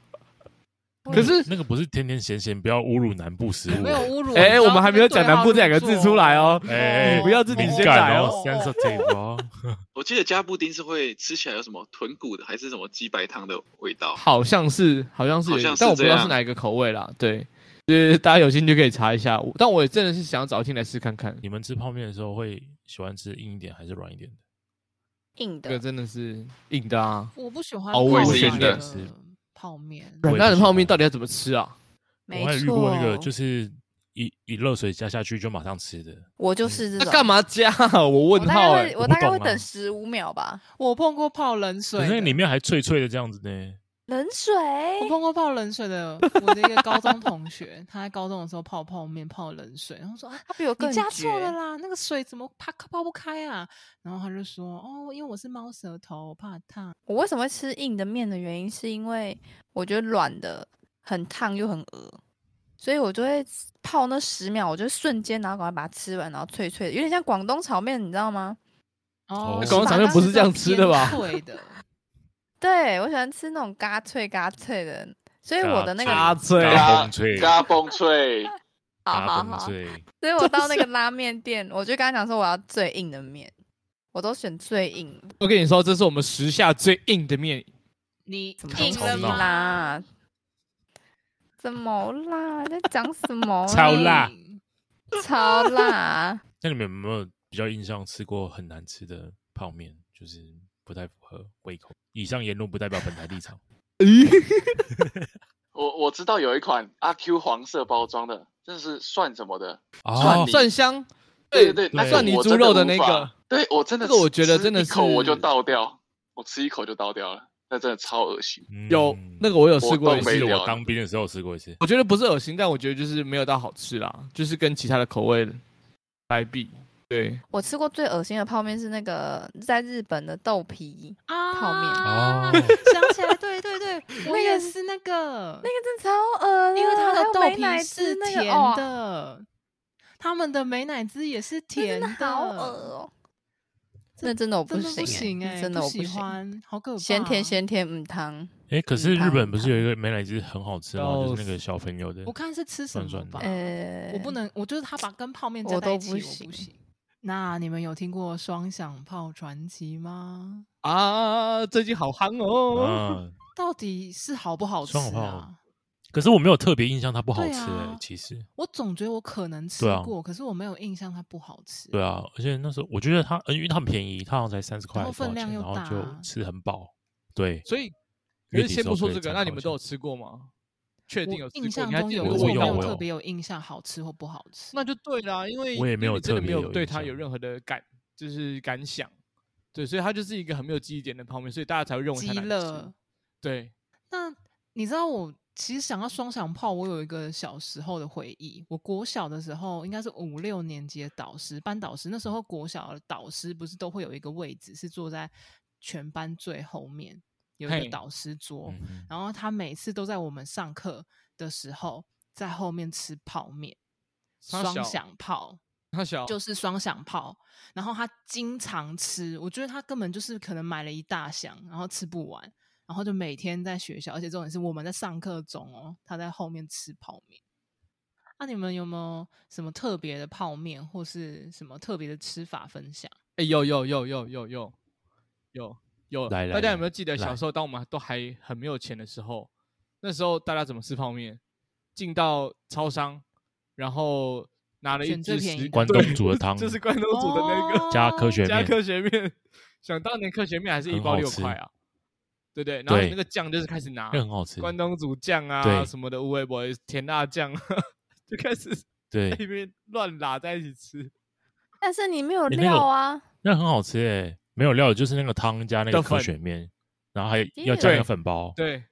Speaker 1: 那
Speaker 3: 可
Speaker 1: 个
Speaker 3: 是
Speaker 1: 那个不是甜甜咸咸，不要侮辱南部食物。
Speaker 5: 没有侮辱。
Speaker 3: 哎
Speaker 5: 你知道
Speaker 3: 我们还没有讲南部这两个字出来哦
Speaker 5: 这个
Speaker 1: 哎
Speaker 5: 对
Speaker 1: 哎
Speaker 3: 不要自
Speaker 5: 哦
Speaker 3: 己敏
Speaker 1: 敏
Speaker 3: 先感
Speaker 1: 感
Speaker 3: 来
Speaker 1: 哦
Speaker 3: 哦
Speaker 1: ，sensitive 哦。
Speaker 4: 我记得加布丁是会吃起来有什么豚骨的，还是什么鸡白汤的味 道？
Speaker 3: 好像是，好像是有
Speaker 4: 好像是
Speaker 3: 但我不知
Speaker 4: 这
Speaker 3: 道
Speaker 4: 样
Speaker 3: 是哪一个口味啦。对，就是大家有兴趣可以查一下。我但我也真的是想要找进来试看看，
Speaker 1: 你们吃泡面的时候会喜欢吃硬一点还是软一点的？
Speaker 2: 硬
Speaker 3: 这个
Speaker 2: 的，
Speaker 3: 真的是硬的啊！
Speaker 5: 我不喜欢
Speaker 3: 哦
Speaker 5: 泡
Speaker 3: 我
Speaker 4: 也是
Speaker 5: 软
Speaker 4: 觉得
Speaker 5: 的
Speaker 1: 是
Speaker 5: 泡面。
Speaker 1: 我也
Speaker 3: 软
Speaker 1: 不
Speaker 3: 蛋的
Speaker 1: 喜
Speaker 3: 泡
Speaker 1: 欢
Speaker 3: 面到底要怎么吃啊？
Speaker 1: 我
Speaker 2: 没
Speaker 1: 还有遇
Speaker 2: 错。
Speaker 1: 过那个，就是一一热水加下去就马上吃的。
Speaker 2: 我就是这
Speaker 3: 那
Speaker 2: 种。
Speaker 3: 干嘛加啊？我
Speaker 2: 我
Speaker 3: 问
Speaker 2: 大
Speaker 3: 号
Speaker 2: 概
Speaker 3: 哎、
Speaker 2: 会，
Speaker 1: 我
Speaker 2: 我
Speaker 1: 不
Speaker 2: 大概会
Speaker 1: 懂啊
Speaker 2: 等十五秒吧。
Speaker 5: 我碰过泡冷水
Speaker 1: 可
Speaker 5: 的，
Speaker 1: 是那里面还脆脆的这样子呢。
Speaker 2: 冷水，
Speaker 5: 我碰过泡冷水的，我的一个高中同学，他在高中的时候泡泡面泡冷水，然后说啊，
Speaker 2: 它比我更
Speaker 5: 你加错了
Speaker 2: 绝
Speaker 5: 啦，那个水怎么泡泡不开啊？然后他就说哦，因为我是猫舌头，我怕烫。
Speaker 2: 我为什么会吃硬的面的原因，是因为我觉得软的很烫又很鹅，所以我就会泡那十秒，我就瞬间然后赶快把它吃完，然后脆脆的，有点像广东炒面，你知道吗？
Speaker 1: 哦
Speaker 5: 是
Speaker 1: 广
Speaker 2: 东
Speaker 5: 把
Speaker 2: 炒
Speaker 5: 它
Speaker 2: 面不
Speaker 5: 当
Speaker 2: 是
Speaker 5: 成
Speaker 3: 这样吃的吧
Speaker 5: 偏脆的，
Speaker 2: 对，我喜欢吃那种嘎脆嘎脆的，所以我的那个
Speaker 1: 嘎
Speaker 3: 脆
Speaker 4: 啊
Speaker 1: 嘎嘣脆，
Speaker 4: 嘎嘣脆，
Speaker 2: 好
Speaker 1: 嘎
Speaker 2: 好
Speaker 1: 嘣
Speaker 2: 好，
Speaker 1: 脆。
Speaker 2: 所以我到那个拉面店，我就跟他讲说我要最硬的面，我都选最硬的，
Speaker 3: 我跟你说，这是我们时 下最硬的面，
Speaker 5: 你
Speaker 2: 怎么
Speaker 1: 硬
Speaker 2: 硬
Speaker 1: 了吗
Speaker 2: 啦？怎么啦？在讲什么？啊
Speaker 1: 超辣，
Speaker 2: 超辣！啊
Speaker 1: 那你们有没有比较印象吃过很难吃的泡面？就是不太符合胃口。以上言论不代表本台立 场。
Speaker 4: 我我知道有一款阿 Q 黄色包装的，这是蒜什么的，
Speaker 1: 哦
Speaker 4: 你，
Speaker 3: 蒜香，
Speaker 4: 对对，那
Speaker 1: 对
Speaker 4: 个
Speaker 1: 蒜
Speaker 3: 泥
Speaker 4: 我
Speaker 3: 猪
Speaker 4: 真
Speaker 3: 肉
Speaker 4: 的
Speaker 3: 的那
Speaker 4: 无法
Speaker 3: 个，
Speaker 4: 对我真的
Speaker 3: 这个我觉
Speaker 4: 吃
Speaker 3: 得
Speaker 4: 吃
Speaker 3: 真的
Speaker 4: 一口我就是倒掉，我吃一口就倒掉了，那真的超恶 心。
Speaker 1: 嗯
Speaker 3: 有那个我有啊试过
Speaker 4: 我
Speaker 3: 一
Speaker 4: 都
Speaker 1: 是
Speaker 4: 没
Speaker 3: 次，
Speaker 4: 啊
Speaker 1: 我当兵的时候吃过一次。
Speaker 3: 我觉得不是恶心，但我觉得就是没有到好吃啦，就是跟其他的口味来比，对，
Speaker 2: 我吃过最恶心的泡面是那个在日本的豆皮，
Speaker 5: 啊
Speaker 2: 泡面
Speaker 1: 哦
Speaker 5: 想起来，对对对，我
Speaker 2: 那
Speaker 5: 也
Speaker 2: 个
Speaker 5: 是那个
Speaker 2: 那，个真的超恶的，
Speaker 5: 因为它
Speaker 2: 还
Speaker 5: 的
Speaker 2: 有
Speaker 5: 豆
Speaker 2: 美
Speaker 5: 皮
Speaker 2: 乃
Speaker 5: 是
Speaker 2: 滋那个哦
Speaker 5: 甜，的，他们的美乃滋也是
Speaker 2: 那真
Speaker 5: 甜
Speaker 2: 的好恶哦。
Speaker 5: 这
Speaker 2: 那真的我不
Speaker 5: 真的
Speaker 2: 行欸，
Speaker 5: 行哎，
Speaker 2: 真的
Speaker 5: 不
Speaker 2: 我不
Speaker 5: 喜
Speaker 2: 行。
Speaker 5: 欢，好可怕，
Speaker 2: 咸甜。咸甜嗯汤，
Speaker 1: 哎，可是日
Speaker 2: 汤
Speaker 1: 本不是
Speaker 2: 汤
Speaker 1: 有一个美乃滋很好吃吗？就是那
Speaker 3: 要
Speaker 1: 个小朋友的
Speaker 5: 我，看是吃什
Speaker 1: 酸
Speaker 5: 么
Speaker 1: 酸的
Speaker 5: 吧，
Speaker 2: 呃，
Speaker 5: 我不能，我就是他把跟泡面
Speaker 2: 我
Speaker 5: 加在一
Speaker 2: 都
Speaker 5: 起，
Speaker 2: 不
Speaker 5: 我
Speaker 2: 行
Speaker 5: 不行。那你们有听过双响炮传奇吗？
Speaker 3: 啊，最近好憨哦，
Speaker 1: 嗯，
Speaker 5: 到底是好不好吃
Speaker 1: 双响炮
Speaker 5: 啊？
Speaker 1: 可是我没有特别印象它不好
Speaker 5: 对
Speaker 1: 吃
Speaker 5: 啊
Speaker 1: 欸，其实。
Speaker 5: 我总觉得我可能吃
Speaker 1: 对啊
Speaker 5: 过，可是我没有印象它不好吃。
Speaker 1: 对啊，而且那时候我觉得它，呃因为它很便宜，它好像才三十块
Speaker 5: 然后
Speaker 1: 还是多少
Speaker 5: 分量
Speaker 1: 钱，
Speaker 5: 又
Speaker 1: 然后就
Speaker 5: 大
Speaker 1: 吃很饱。对，
Speaker 3: 所以可
Speaker 1: 月
Speaker 3: 是
Speaker 1: 底
Speaker 3: 先
Speaker 1: 时
Speaker 3: 不
Speaker 1: 候
Speaker 3: 说
Speaker 1: 可以
Speaker 3: 这
Speaker 1: 参
Speaker 3: 个，那你
Speaker 1: 考
Speaker 3: 们
Speaker 1: 一
Speaker 3: 都
Speaker 1: 下
Speaker 3: 有吃过吗？确定有
Speaker 5: 我
Speaker 3: 吃
Speaker 5: 印
Speaker 3: 过？
Speaker 5: 象
Speaker 3: 你还
Speaker 5: 中
Speaker 3: 记
Speaker 5: 有，
Speaker 3: 得
Speaker 1: 我
Speaker 5: 可
Speaker 3: 有
Speaker 5: 是
Speaker 1: 我
Speaker 5: 我
Speaker 1: 有
Speaker 5: 没
Speaker 1: 我
Speaker 5: 有
Speaker 1: 有
Speaker 5: 特别有印象好吃或不好吃。
Speaker 3: 那就对啦，因为
Speaker 1: 我也没
Speaker 3: 因
Speaker 1: 有
Speaker 3: 为你真
Speaker 1: 特
Speaker 3: 的
Speaker 1: 别
Speaker 3: 没有
Speaker 1: 有
Speaker 3: 对
Speaker 1: 印
Speaker 3: 它
Speaker 1: 象
Speaker 3: 有任何的感，就是感想，对，所以它就是一个很没有记忆点的泡面，所以大家才会认为它
Speaker 5: 鸡
Speaker 3: 难吃
Speaker 5: 肋。。
Speaker 3: 对，
Speaker 5: 那你知道我其实想到双响炮，我有一个小时候的回忆。我国小的时候应该是五六年级的导师，班导师那时候国小的导师不是都会有一个位置是坐在全班最后面，有一
Speaker 3: 嘿
Speaker 5: 个导师桌。
Speaker 1: 嗯哼
Speaker 5: 然后他每次都在我们上课的时候在后面吃泡面，
Speaker 3: 他
Speaker 5: 双
Speaker 3: 小
Speaker 5: 响炮
Speaker 3: 它小
Speaker 5: 就是双响炮。然后他经常吃，我觉得他根本就是可能买了一大箱，然后吃不完，然后就每天在学校，而且重点是我们在上课中哦，他在后面吃泡面。那、你们有没有什么特别的泡面或是什么特别的吃法分享？
Speaker 3: 哎、有有有有有有有有，
Speaker 1: 来来
Speaker 3: 大家有
Speaker 1: 来
Speaker 3: 没有记
Speaker 1: 来
Speaker 3: 得小时候，当我们都还很没有钱的时候，那时候大家怎么吃泡面？进到超商，然后拿了一
Speaker 5: 选最
Speaker 3: 支
Speaker 5: 便宜
Speaker 3: 十
Speaker 5: 的哦
Speaker 1: 关
Speaker 3: 对
Speaker 1: 东煮的汤
Speaker 3: 就是关东煮的那 个、
Speaker 1: 加科学
Speaker 3: 加
Speaker 1: 面，
Speaker 3: 科学面。想当年科学面还是一
Speaker 1: 很
Speaker 3: 包
Speaker 1: 好
Speaker 3: 六
Speaker 1: 吃
Speaker 3: 块啊，对不对？然后你
Speaker 1: 对
Speaker 3: 那个酱就是开始拿
Speaker 1: 那很好吃。
Speaker 3: 关东煮酱啊
Speaker 1: 对
Speaker 3: 什么的，无味不甜辣酱， 就开始
Speaker 1: 对
Speaker 3: 在，里面乱拉在一起吃
Speaker 2: 但是你没有
Speaker 1: 那个
Speaker 2: 料啊，
Speaker 1: 那很好吃诶，没有料的就是那个汤加那
Speaker 3: 的
Speaker 1: 个科
Speaker 3: 粉
Speaker 1: 学面，然后还
Speaker 2: 其
Speaker 1: 要
Speaker 2: 实
Speaker 1: 加那
Speaker 3: 对
Speaker 1: 个粉包，
Speaker 3: 对，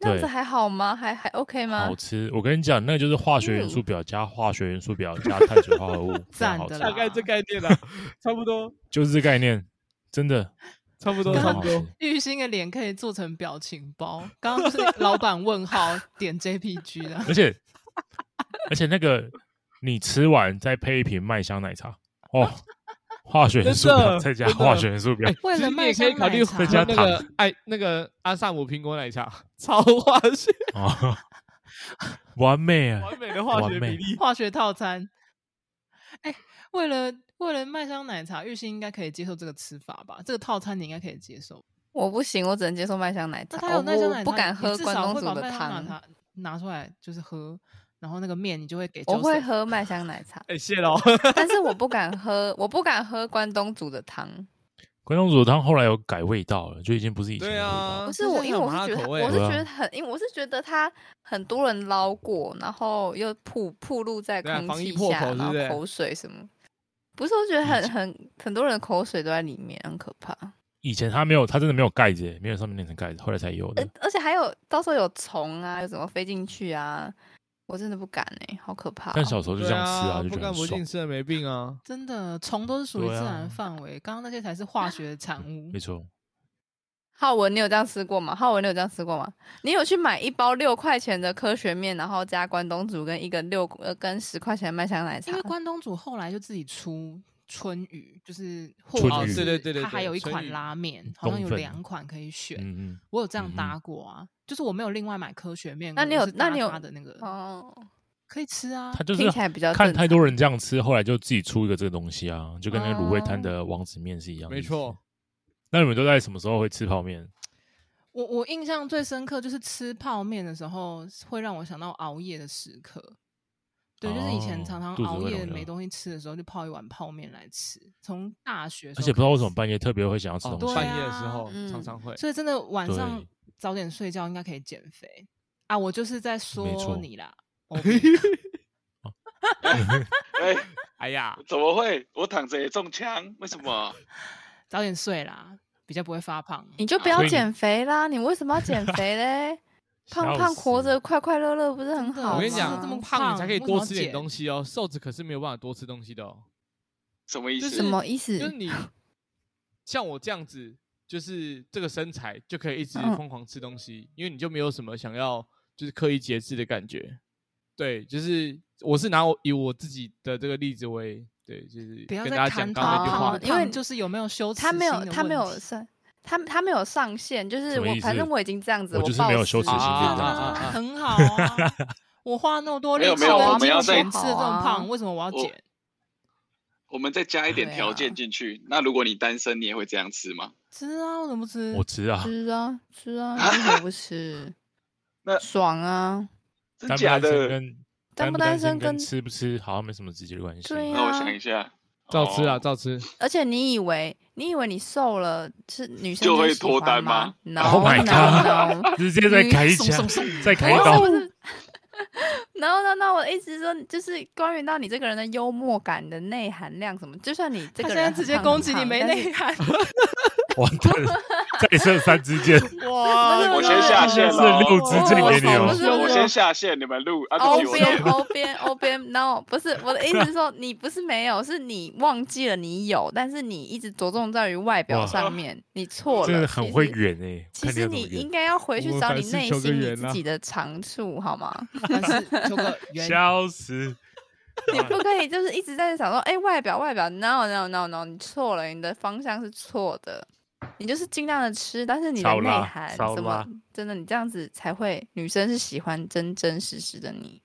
Speaker 2: 那样子
Speaker 1: 对
Speaker 2: 还好吗？还还 OK 吗
Speaker 1: 好？吃。我跟你讲，那个就是化学元素表加化学元素表加碳水化合物，非常
Speaker 5: 嗯赞
Speaker 1: 好
Speaker 5: 的
Speaker 1: 吃
Speaker 5: 啦
Speaker 3: 大，概这概念啦，啊 差不多，
Speaker 1: 就是这概念，真的
Speaker 3: 差不
Speaker 1: 真
Speaker 3: 多，
Speaker 1: 的
Speaker 3: 差
Speaker 1: 很
Speaker 3: 不
Speaker 1: 好
Speaker 3: 多
Speaker 1: 吃。。
Speaker 5: 玉兴的脸可以做成表情包，刚刚就是老板问号点 JPG 的，
Speaker 1: 而且而且那个你吃完再配一瓶麦香奶茶哦，化学元素
Speaker 3: 真的
Speaker 1: 表再加
Speaker 3: 真的
Speaker 1: 化学元素表
Speaker 3: 哎，
Speaker 5: 为
Speaker 3: 其
Speaker 5: 了
Speaker 3: 实你
Speaker 5: 麦
Speaker 3: 也可以
Speaker 5: 香
Speaker 3: 考
Speaker 5: 奶
Speaker 3: 虑
Speaker 5: 茶
Speaker 3: 喝
Speaker 1: 加
Speaker 3: 那
Speaker 1: 糖
Speaker 3: 个爱那个阿萨姆苹果奶茶，超化学，
Speaker 1: 哦，完美啊！
Speaker 3: 完美的化学
Speaker 1: 完美
Speaker 3: 比例。，
Speaker 5: 化学套餐。哎、为了为了麦香奶茶，玉兴应该可以接受这个吃法吧？这个套餐你应该可以接受。
Speaker 2: 我不行，我只能接受麦香奶茶
Speaker 5: 那，他有
Speaker 2: 我
Speaker 5: 麦香
Speaker 2: 啊
Speaker 5: 奶茶，
Speaker 2: 哦不不敢
Speaker 5: 你
Speaker 2: 喝
Speaker 5: 至
Speaker 2: 关
Speaker 5: 少
Speaker 2: 东
Speaker 5: 会
Speaker 2: 煮
Speaker 5: 把
Speaker 2: 的
Speaker 5: 麦香奶
Speaker 2: 汤，
Speaker 5: 茶拿出来就是喝，然后那个面你就会给。
Speaker 2: 我会，喝麦香奶茶
Speaker 3: 哎，谢喽。
Speaker 2: 但是我不敢喝，我不敢喝关东煮的汤。
Speaker 1: 关东煮的汤后来有改味道了，就已经不是以前的
Speaker 3: 对
Speaker 1: 味道。
Speaker 3: 啊，
Speaker 2: 不是
Speaker 3: 这
Speaker 2: 我，
Speaker 3: 很
Speaker 2: 因为
Speaker 3: 有
Speaker 2: 我是
Speaker 3: 麻辣
Speaker 2: 觉得它，
Speaker 3: 口味
Speaker 2: 我是
Speaker 1: 对啊
Speaker 2: 觉得很，因为我是觉得它很多人捞过，然后又曝曝露在
Speaker 3: 对啊
Speaker 2: 空
Speaker 3: 防疫
Speaker 2: 气
Speaker 3: 破
Speaker 2: 下，
Speaker 3: 口是
Speaker 2: 然
Speaker 3: 不是
Speaker 2: 后口水什么。不是，我觉得很很很多人的口水都在里面，很可怕。
Speaker 1: 以前它没有，它真的没有盖子耶，没有上面那层盖子，后来才有
Speaker 2: 而
Speaker 3: 呃
Speaker 1: 的。
Speaker 2: 呃而且还有到时候有虫啊，有什么飞进去啊，我真的不敢哎、好可怕哦、
Speaker 1: 但小时候就
Speaker 3: 对
Speaker 1: 这样吃
Speaker 3: 啊，
Speaker 1: 就
Speaker 3: 不
Speaker 1: 觉得
Speaker 3: 干不
Speaker 1: 很爽
Speaker 3: 净。吃了没病啊。
Speaker 5: 真的虫都是属于
Speaker 1: 对
Speaker 5: 自
Speaker 1: 啊
Speaker 5: 然范围，刚刚那些才是化学的产物
Speaker 1: 没。错，
Speaker 2: 浩文，你有这样吃过吗？浩文，你有这样吃过吗？你有去买一包六块钱的科学面，然后加关东煮跟一个六呃跟十块钱的麦香奶茶
Speaker 5: 因为？关东煮后来就自己出春雨，就是
Speaker 1: 春
Speaker 5: 或者
Speaker 1: 雨
Speaker 5: 是
Speaker 1: 对
Speaker 3: 对对对
Speaker 5: 它还
Speaker 3: 对
Speaker 5: 有一
Speaker 3: 春
Speaker 5: 款
Speaker 3: 雨
Speaker 5: 拉面，好像
Speaker 1: 冬
Speaker 5: 有
Speaker 1: 粉
Speaker 5: 两款可以选。
Speaker 1: 嗯嗯，
Speaker 5: 我有这样
Speaker 1: 嗯哼
Speaker 5: 搭过啊，就是我没有另外买科学面，
Speaker 2: 那
Speaker 5: 我
Speaker 2: 你
Speaker 5: 就
Speaker 2: 有
Speaker 5: 是
Speaker 2: 那
Speaker 5: 搭
Speaker 2: 你有
Speaker 5: 它的那个、
Speaker 2: 哦，
Speaker 5: 可以吃啊
Speaker 1: 它，就是
Speaker 2: 听起来比较
Speaker 1: 看
Speaker 2: 正
Speaker 1: 太多人这样吃，后来就自己出一个这个东西啊，就跟那个卤味摊
Speaker 2: 哦
Speaker 1: 的王子面是一样的。
Speaker 3: 没错。
Speaker 1: 那你们都在什么时候会吃泡面？
Speaker 5: 我我印象最深刻就是吃泡面的时候，会让我想到熬夜的时刻。对，就是以前
Speaker 1: 哦
Speaker 5: 常常
Speaker 1: 肚子
Speaker 5: 熬
Speaker 1: 会
Speaker 5: 夜
Speaker 1: 容易
Speaker 5: 没
Speaker 1: 饿
Speaker 5: 东西吃的时候，就泡一碗泡面来吃。从大学，
Speaker 1: 而且不知道为什么半夜特别会想要吃
Speaker 3: 哦
Speaker 1: 东西。
Speaker 5: 对
Speaker 3: 半
Speaker 5: 啊
Speaker 3: 夜的时候
Speaker 2: 嗯
Speaker 3: 常常会。
Speaker 5: 所以真的晚上
Speaker 1: 对
Speaker 5: 早点睡觉应该可以减肥啊！我就是在说
Speaker 1: 错
Speaker 5: 你啦。OK
Speaker 4: 哎、
Speaker 3: 哎呀，
Speaker 4: 怎么会？我躺着也中枪，为什么？
Speaker 5: 早点睡啦，比较不会发胖。
Speaker 2: 你就不
Speaker 4: 啊
Speaker 2: 要
Speaker 1: 所以你
Speaker 2: 减肥啦！你为什么要 减肥嘞？胖胖活着快快乐乐不是很
Speaker 5: 真的
Speaker 2: 好吗？
Speaker 3: 我跟你
Speaker 5: 吗
Speaker 3: 讲，
Speaker 5: 这么
Speaker 3: 胖你才可以
Speaker 5: 胖为什么
Speaker 3: 多
Speaker 5: 要
Speaker 3: 吃点
Speaker 5: 减
Speaker 3: 东西哦，瘦子可是没有办法多吃东西的哦。
Speaker 4: 什么意
Speaker 3: 就是
Speaker 4: 思？
Speaker 2: 什么意思？
Speaker 3: 就是你像我这样子，就是这个身材就可以一直
Speaker 2: 嗯
Speaker 3: 疯狂吃东西，因为你就没有什么想要就是刻意节制的感觉。对，就是我是拿我以我自己的这个例子为对，就是
Speaker 5: 不要
Speaker 3: 跟
Speaker 5: 再
Speaker 3: 大家
Speaker 5: 看
Speaker 3: 讲
Speaker 5: 他
Speaker 3: 刚刚那句
Speaker 2: 哦
Speaker 3: 话
Speaker 5: 胖
Speaker 2: 哦
Speaker 5: 不，
Speaker 2: 因为
Speaker 5: 胖就是有没有羞耻
Speaker 2: 他没
Speaker 5: 心
Speaker 2: 有，
Speaker 5: 的
Speaker 2: 他没
Speaker 5: 问
Speaker 2: 有
Speaker 5: 题
Speaker 2: 上，他他没有上限，就是
Speaker 1: 什么
Speaker 2: 我
Speaker 1: 意
Speaker 2: 反正
Speaker 1: 思
Speaker 2: 我已经这样子，
Speaker 1: 我
Speaker 2: 我
Speaker 1: 就是
Speaker 2: 报
Speaker 1: 没有羞
Speaker 2: 死
Speaker 1: 耻心
Speaker 3: 啊
Speaker 1: 这样
Speaker 3: 啊啊
Speaker 1: 子。
Speaker 5: 很好啊。我花那么多力
Speaker 4: 没有
Speaker 5: 气
Speaker 4: 没有
Speaker 5: 跟
Speaker 4: 我们要
Speaker 5: 金钱
Speaker 4: 再
Speaker 5: 吃的这么
Speaker 2: 好啊
Speaker 5: 胖，为什么我要
Speaker 4: 我
Speaker 5: 减？
Speaker 4: 我们再加一点
Speaker 2: 对
Speaker 4: 条
Speaker 2: 啊
Speaker 4: 件进去。那如果你单身，你也会这样吃吗？
Speaker 5: 吃啊，我怎么不吃
Speaker 1: 我？吃啊，
Speaker 2: 吃啊吃啊， 为什么不吃
Speaker 4: 那？
Speaker 2: 爽啊！
Speaker 4: 真
Speaker 1: 单不
Speaker 4: 假
Speaker 1: 单身
Speaker 4: 的？
Speaker 1: 跟
Speaker 2: 单
Speaker 1: 不
Speaker 2: 不
Speaker 1: 单
Speaker 2: 单身
Speaker 1: 跟
Speaker 2: 跟
Speaker 1: 吃不吃好像没什么直接的关系。
Speaker 2: 对
Speaker 4: 那我想
Speaker 2: 啊
Speaker 4: 一下，
Speaker 3: 照吃啊，
Speaker 4: 哦
Speaker 3: 照吃。
Speaker 2: 而且你以为你以为你瘦了是女生
Speaker 4: 就会
Speaker 2: 喜
Speaker 4: 脱
Speaker 2: 欢
Speaker 4: 单
Speaker 2: 吗
Speaker 4: 吗
Speaker 2: ？No
Speaker 1: Oh my
Speaker 2: no no！
Speaker 1: 直接再开一枪
Speaker 5: 嗯，
Speaker 1: 再开一
Speaker 2: 不是
Speaker 1: 刀
Speaker 2: 不。是，no no no！我的意思是说，就是关于到你这个人的幽默感的内涵量什么，就算你这
Speaker 5: 他
Speaker 2: 个
Speaker 5: 现
Speaker 2: 人很
Speaker 5: 在直接
Speaker 2: 胖
Speaker 5: 攻
Speaker 2: 很
Speaker 5: 击你
Speaker 2: 胖
Speaker 5: 没
Speaker 2: 但是
Speaker 5: 内涵，
Speaker 1: 完蛋了，再剩三支 箭，
Speaker 3: 哇
Speaker 5: 啊
Speaker 2: 我
Speaker 4: 先下线
Speaker 1: 剩
Speaker 4: 了
Speaker 1: 六支箭给你
Speaker 2: 不
Speaker 1: 哦
Speaker 2: 是。
Speaker 4: 我
Speaker 2: 不
Speaker 4: 我
Speaker 2: 是
Speaker 4: 先下线，你们录啊，
Speaker 2: 欧
Speaker 4: 对不起，我
Speaker 2: 边
Speaker 4: 录
Speaker 2: 欧边欧边，no，不是我的意思是说，你不是没有，是你忘记了你有，但是你一直着重在于外表
Speaker 1: 哇
Speaker 2: 上面，你错了。
Speaker 1: 真的很
Speaker 2: 其
Speaker 1: 会
Speaker 2: 实
Speaker 1: 圆哎，
Speaker 2: 其
Speaker 1: 看你
Speaker 2: 实
Speaker 1: 要怎
Speaker 2: 你
Speaker 1: 么圆
Speaker 2: 应该要回
Speaker 3: 我
Speaker 2: 去
Speaker 3: 们
Speaker 2: 找
Speaker 3: 凡
Speaker 2: 你
Speaker 3: 事
Speaker 2: 内
Speaker 3: 求个
Speaker 2: 心你
Speaker 3: 圆
Speaker 2: 自
Speaker 3: 啊
Speaker 2: 己的长处，好吗？
Speaker 5: 但是求个圆
Speaker 1: 笑死！
Speaker 2: 你不可以就是一直在想说，哎、外表外表，no no no no，你错了，你的方向是错的。你就是尽量的吃，但是你的
Speaker 1: 超
Speaker 2: 内
Speaker 1: 辣
Speaker 2: 涵
Speaker 1: 超
Speaker 2: 什么
Speaker 1: 辣，
Speaker 2: 真的你这样子才会，女生是喜欢真真实实的你。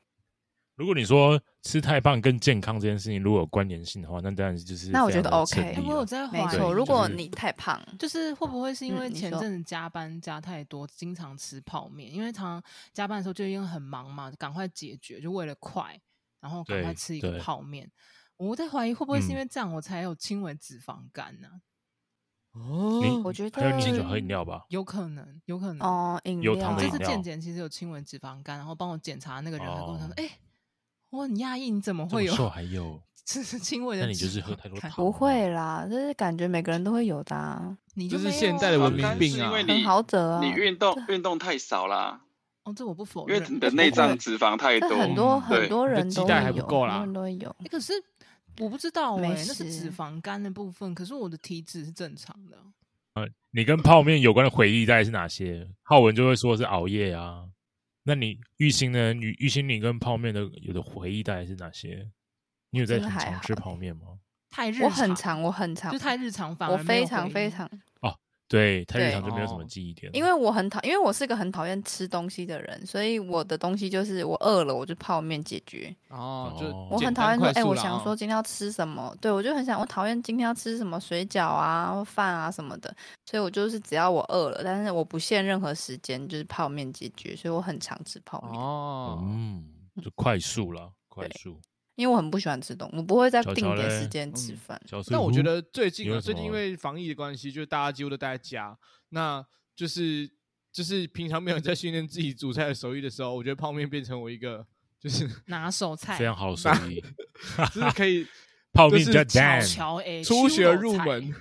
Speaker 1: 如果你说吃太胖跟健康这件事情如果有关联性的话，那当然就是
Speaker 2: 那我觉
Speaker 1: 非
Speaker 2: 得
Speaker 1: 常的
Speaker 2: OK
Speaker 1: 成
Speaker 5: 哎
Speaker 1: 立啊
Speaker 5: 我有
Speaker 1: 了
Speaker 5: 在怀
Speaker 2: 没
Speaker 5: 疑，
Speaker 1: 对
Speaker 2: 错，
Speaker 1: 就
Speaker 2: 如果
Speaker 1: 是
Speaker 2: 你太胖，
Speaker 5: 就是会不会是因
Speaker 2: 嗯
Speaker 5: 为
Speaker 2: 你
Speaker 5: 前
Speaker 2: 说
Speaker 5: 阵子加班加太多，经常吃泡面？因为常常加班的时候就因为很忙嘛，赶快解决，就为了快，然后赶快
Speaker 1: 对
Speaker 5: 吃一个
Speaker 1: 对
Speaker 5: 泡面。我在怀疑会不会是因
Speaker 1: 嗯
Speaker 5: 为这样我才有轻微脂肪肝啊呢、
Speaker 1: 你
Speaker 3: 哦
Speaker 2: 我觉得
Speaker 1: 还有你很喜欢喝饮料吧？
Speaker 5: 有可能，有可能。
Speaker 2: 哦，饮
Speaker 1: 有
Speaker 2: 料
Speaker 1: 糖的
Speaker 5: 这
Speaker 1: 饮
Speaker 5: 次
Speaker 1: 料
Speaker 5: 健检其实有轻微脂肪肝，然后帮我检查那个人还跟我讲说
Speaker 1: 哦：“
Speaker 5: 哎、我很讶异，你怎么
Speaker 1: 这么
Speaker 5: 会有
Speaker 1: 瘦还有
Speaker 5: 吃 轻微
Speaker 1: 那
Speaker 5: 的脂肪肝？”
Speaker 1: 你就是喝太多糖
Speaker 2: 不会啦，就是感觉每个人都会有的、啊，
Speaker 5: 你
Speaker 3: 这
Speaker 5: 就是没有
Speaker 3: 现代的
Speaker 5: 啊
Speaker 3: 文明
Speaker 4: 好但
Speaker 3: 病
Speaker 4: 是
Speaker 3: 啊
Speaker 4: 因为！
Speaker 2: 很
Speaker 4: 你
Speaker 2: 好者啊
Speaker 4: 你。运动运动太少啦，
Speaker 5: 哦，这我不否
Speaker 4: 因为
Speaker 5: 认。
Speaker 4: 你的内脏脂肪太
Speaker 2: 这
Speaker 4: 多，
Speaker 2: 很多
Speaker 3: 嗯
Speaker 2: 很
Speaker 4: 对
Speaker 2: 多
Speaker 3: 你的
Speaker 2: 人
Speaker 3: 基
Speaker 2: 都会
Speaker 3: 带
Speaker 2: 有，
Speaker 3: 还不够
Speaker 2: 很
Speaker 3: 啦
Speaker 2: 多人都会有。
Speaker 5: 欸可是我不知道哎、
Speaker 2: 没
Speaker 5: 那是脂
Speaker 2: 事
Speaker 5: 肪肝的部分，可是我的体脂是正常的。
Speaker 1: 你跟泡面有关的回忆大概是哪些？浩文就会说是熬夜啊。那你玉兴呢？你玉兴，你跟泡面的有的回忆大概是哪些？你有在
Speaker 2: 真的
Speaker 1: 很
Speaker 2: 还
Speaker 1: 常
Speaker 2: 好
Speaker 1: 吃
Speaker 2: 欸
Speaker 1: 泡面吗？
Speaker 5: 太日
Speaker 2: 我很
Speaker 5: 常，
Speaker 2: 长，我很长
Speaker 5: 就，太日常反
Speaker 2: 我
Speaker 5: 而没有
Speaker 2: 非常
Speaker 5: 回
Speaker 2: 非
Speaker 5: 忆
Speaker 2: 常，
Speaker 1: 对，太日
Speaker 2: 对
Speaker 1: 常就没有什
Speaker 3: 哦
Speaker 1: 么记忆点了。
Speaker 2: 因为我很讨，因为我是个很讨厌吃东西的人，所以我的东西就是我饿了我就泡面解决。
Speaker 3: 哦，就
Speaker 1: 哦
Speaker 2: 我
Speaker 3: 简
Speaker 2: 很
Speaker 3: 单
Speaker 2: 讨厌说，
Speaker 3: 快
Speaker 2: 哎、
Speaker 3: 速
Speaker 2: 我
Speaker 3: 啦
Speaker 2: 想
Speaker 3: 哦
Speaker 2: 说今天要吃什么？对我就很想，我讨厌今天要吃什么水饺啊、或饭啊什么的，所以我就是只要我饿了，但是我不限任何时间，就是泡面解决，所以我很常吃泡面，
Speaker 3: 哦，
Speaker 1: 嗯，就快速啦，快
Speaker 2: 对
Speaker 1: 速。
Speaker 2: 因为我很不喜欢吃东，我不会在
Speaker 1: 巧
Speaker 2: 定
Speaker 1: 巧
Speaker 2: 点时
Speaker 1: 嘞
Speaker 2: 间吃
Speaker 3: 嗯
Speaker 2: 饭。
Speaker 1: 小时
Speaker 3: 那我觉
Speaker 1: 候
Speaker 3: 得最近
Speaker 1: 有
Speaker 3: 啊，
Speaker 1: 什
Speaker 3: 最近因
Speaker 1: 么
Speaker 3: 为防疫的关系，就是大家几乎都待在家，那就是就是平常没有在训练自己煮菜的手艺的时候，我觉得泡面变成我一个就是
Speaker 5: 拿手菜
Speaker 1: 非，常好的手艺，
Speaker 3: 就是 可以
Speaker 1: 泡
Speaker 3: 就
Speaker 1: 面
Speaker 3: 是
Speaker 1: 加
Speaker 3: 巧
Speaker 5: 巧
Speaker 1: Dan，
Speaker 5: 巧哎，
Speaker 3: 初
Speaker 5: 秋
Speaker 3: 学
Speaker 5: 肉
Speaker 3: 入
Speaker 5: 菜
Speaker 3: 门，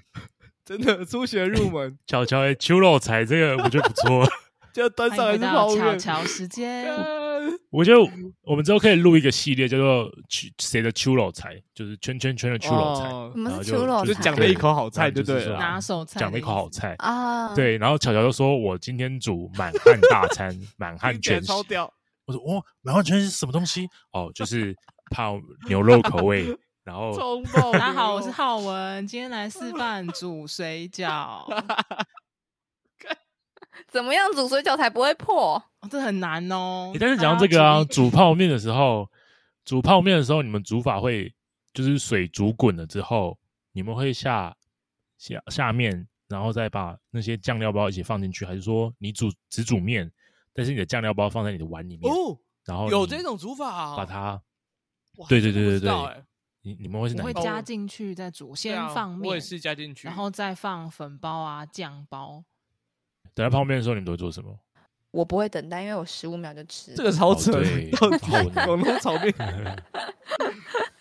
Speaker 3: 真的初学 入门
Speaker 1: 巧巧的秋肉菜这个我觉得不 错。
Speaker 3: 就端上
Speaker 5: 欢
Speaker 3: 来
Speaker 5: 迎
Speaker 3: 是
Speaker 5: 回
Speaker 3: 泡
Speaker 5: 到巧巧
Speaker 3: 面，
Speaker 5: 时间。
Speaker 3: 干
Speaker 1: 我觉得我们之后可以录一个系列，叫做秋谁的秋肉菜，就是圈圈圈的秋肉菜。
Speaker 3: 哦
Speaker 2: 我们
Speaker 1: 然后
Speaker 2: 是
Speaker 1: 就
Speaker 2: 出肉
Speaker 3: 就
Speaker 2: 菜
Speaker 3: 讲了一口好菜
Speaker 1: 就
Speaker 3: 就是嗯对
Speaker 1: 说
Speaker 3: 了
Speaker 5: 拿手菜
Speaker 1: 讲了一
Speaker 5: 的
Speaker 1: 口
Speaker 5: 意
Speaker 1: 好
Speaker 5: 思
Speaker 1: 菜。
Speaker 2: 啊，，
Speaker 1: 对，然后巧巧就说：“我今天煮满汉大 餐，满汉
Speaker 3: 听起来
Speaker 1: 全席。
Speaker 3: 超”屌，
Speaker 1: 我说：“哦，满汉全席是什么东西？哦，就是泡牛肉口味，然后
Speaker 3: 冲爆！
Speaker 5: 大家好，
Speaker 1: 哦
Speaker 5: 我是浩文，今天来示范煮水饺，
Speaker 2: 怎么样煮水饺才不会破？
Speaker 5: 哦这很难哦
Speaker 1: 你。但是讲到这个
Speaker 5: 大
Speaker 1: 啊，
Speaker 5: 家注意
Speaker 1: 煮泡面的时候，煮泡面的时候，你们煮法会就是水煮滚了之后，你们会下下下面然后再把那些酱料包一起放进去，还是说你煮只煮面，但是你的酱料包放在你的碗里面，
Speaker 3: 哦，
Speaker 1: 然后
Speaker 3: 有
Speaker 1: 你
Speaker 3: 这种煮法啊？
Speaker 1: 把它，
Speaker 3: 哇
Speaker 1: 对对
Speaker 3: 这
Speaker 1: 对
Speaker 3: 个不知
Speaker 1: 对
Speaker 3: 道
Speaker 1: 对
Speaker 3: 欸
Speaker 1: 你你们会是
Speaker 5: 我
Speaker 1: 哪
Speaker 5: 会
Speaker 1: 一种？
Speaker 5: 加进去再煮，
Speaker 3: 对
Speaker 5: 先
Speaker 3: 啊
Speaker 5: 放面，
Speaker 3: 我也是加进去，
Speaker 5: 然后再放粉包啊、酱包。
Speaker 1: 等在泡面的时候，你们都会做什 么？
Speaker 2: 我不会等待，因为我十五秒就吃了。
Speaker 3: 这个超
Speaker 1: 哦
Speaker 3: 扯的
Speaker 1: 对，
Speaker 3: 到底
Speaker 1: 好呢
Speaker 3: 广东炒面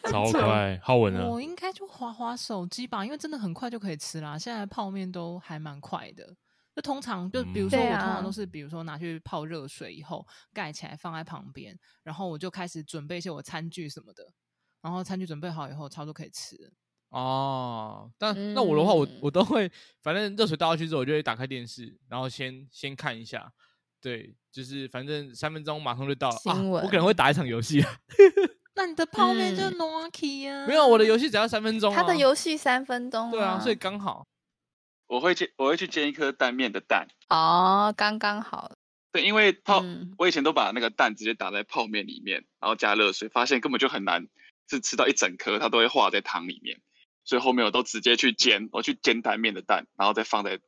Speaker 1: 超快，啊浩文呢？
Speaker 5: 我应该就划划手机吧，因为真的很快就可以吃啦。现在泡面都还蛮快的，就通常就比如
Speaker 1: 嗯
Speaker 5: 说我
Speaker 2: 对
Speaker 5: 通常
Speaker 2: 啊
Speaker 5: 都是比如说拿去泡热水以后盖起来放在旁边，然后我就开始准备一些我餐具什么的，然后餐具准备好以后差不多可以吃了。
Speaker 3: 哦。但那我的话，
Speaker 2: 嗯
Speaker 3: 我我都会，反正热水倒下去之后，我就会打开电视，然后先先看一下。对，就是反正三分钟马上就到了啊！
Speaker 2: 新闻
Speaker 3: 我可能会打一场游戏，啊
Speaker 5: 那你的泡面就
Speaker 2: 嗯
Speaker 5: n o k i 呀、
Speaker 3: 没有我的游戏只要三分钟、啊。
Speaker 2: 他的游哦戏三分钟、
Speaker 3: 对啊，所以刚好。
Speaker 4: 我会煎，我会去煎一颗蛋面的蛋。
Speaker 2: 哦，刚刚好。
Speaker 4: 对，因为泡、
Speaker 2: 嗯，
Speaker 4: 我以前都把那个蛋直接打在泡面里面，然后加热水，发现根本就很难是吃到一整颗，它都会化在汤里面。所以后面我都直接去煎，我去煎蛋面的蛋，然后再放在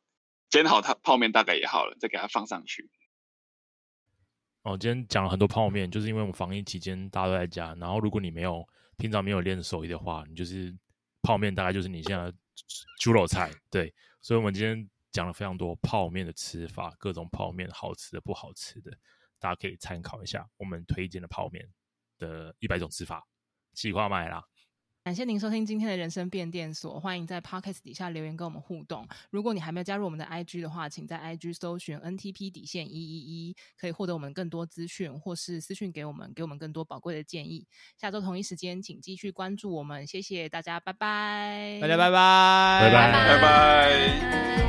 Speaker 4: 煎好它泡面大概也好了，再给它放上去。
Speaker 1: 哦，今天讲了很多泡面，就是因为我们防疫期间大家都在家，然后如果你没有平常没有练手艺的话，你就是泡面大概就是你现在的猪肉菜，对，所以我们今天讲了非常多泡面的吃法，各种泡面好吃的不好吃的，大家可以参考一下我们推荐的泡面的一百种吃法，计划买啦，
Speaker 5: 感谢您收听今天的人生变电所，欢迎在 Podcast 底下留言跟我们互动。如果你还没有加入我们的 IG 的话，请在 IG 搜寻 NTP 底线一一一，可以获得我们更多资讯，或是私讯给我们，给我们更多宝贵的建议。下周同一时间，请继续关注我们，谢谢大家，拜拜，
Speaker 3: 大家拜拜，
Speaker 1: 拜拜
Speaker 4: 拜拜
Speaker 2: 拜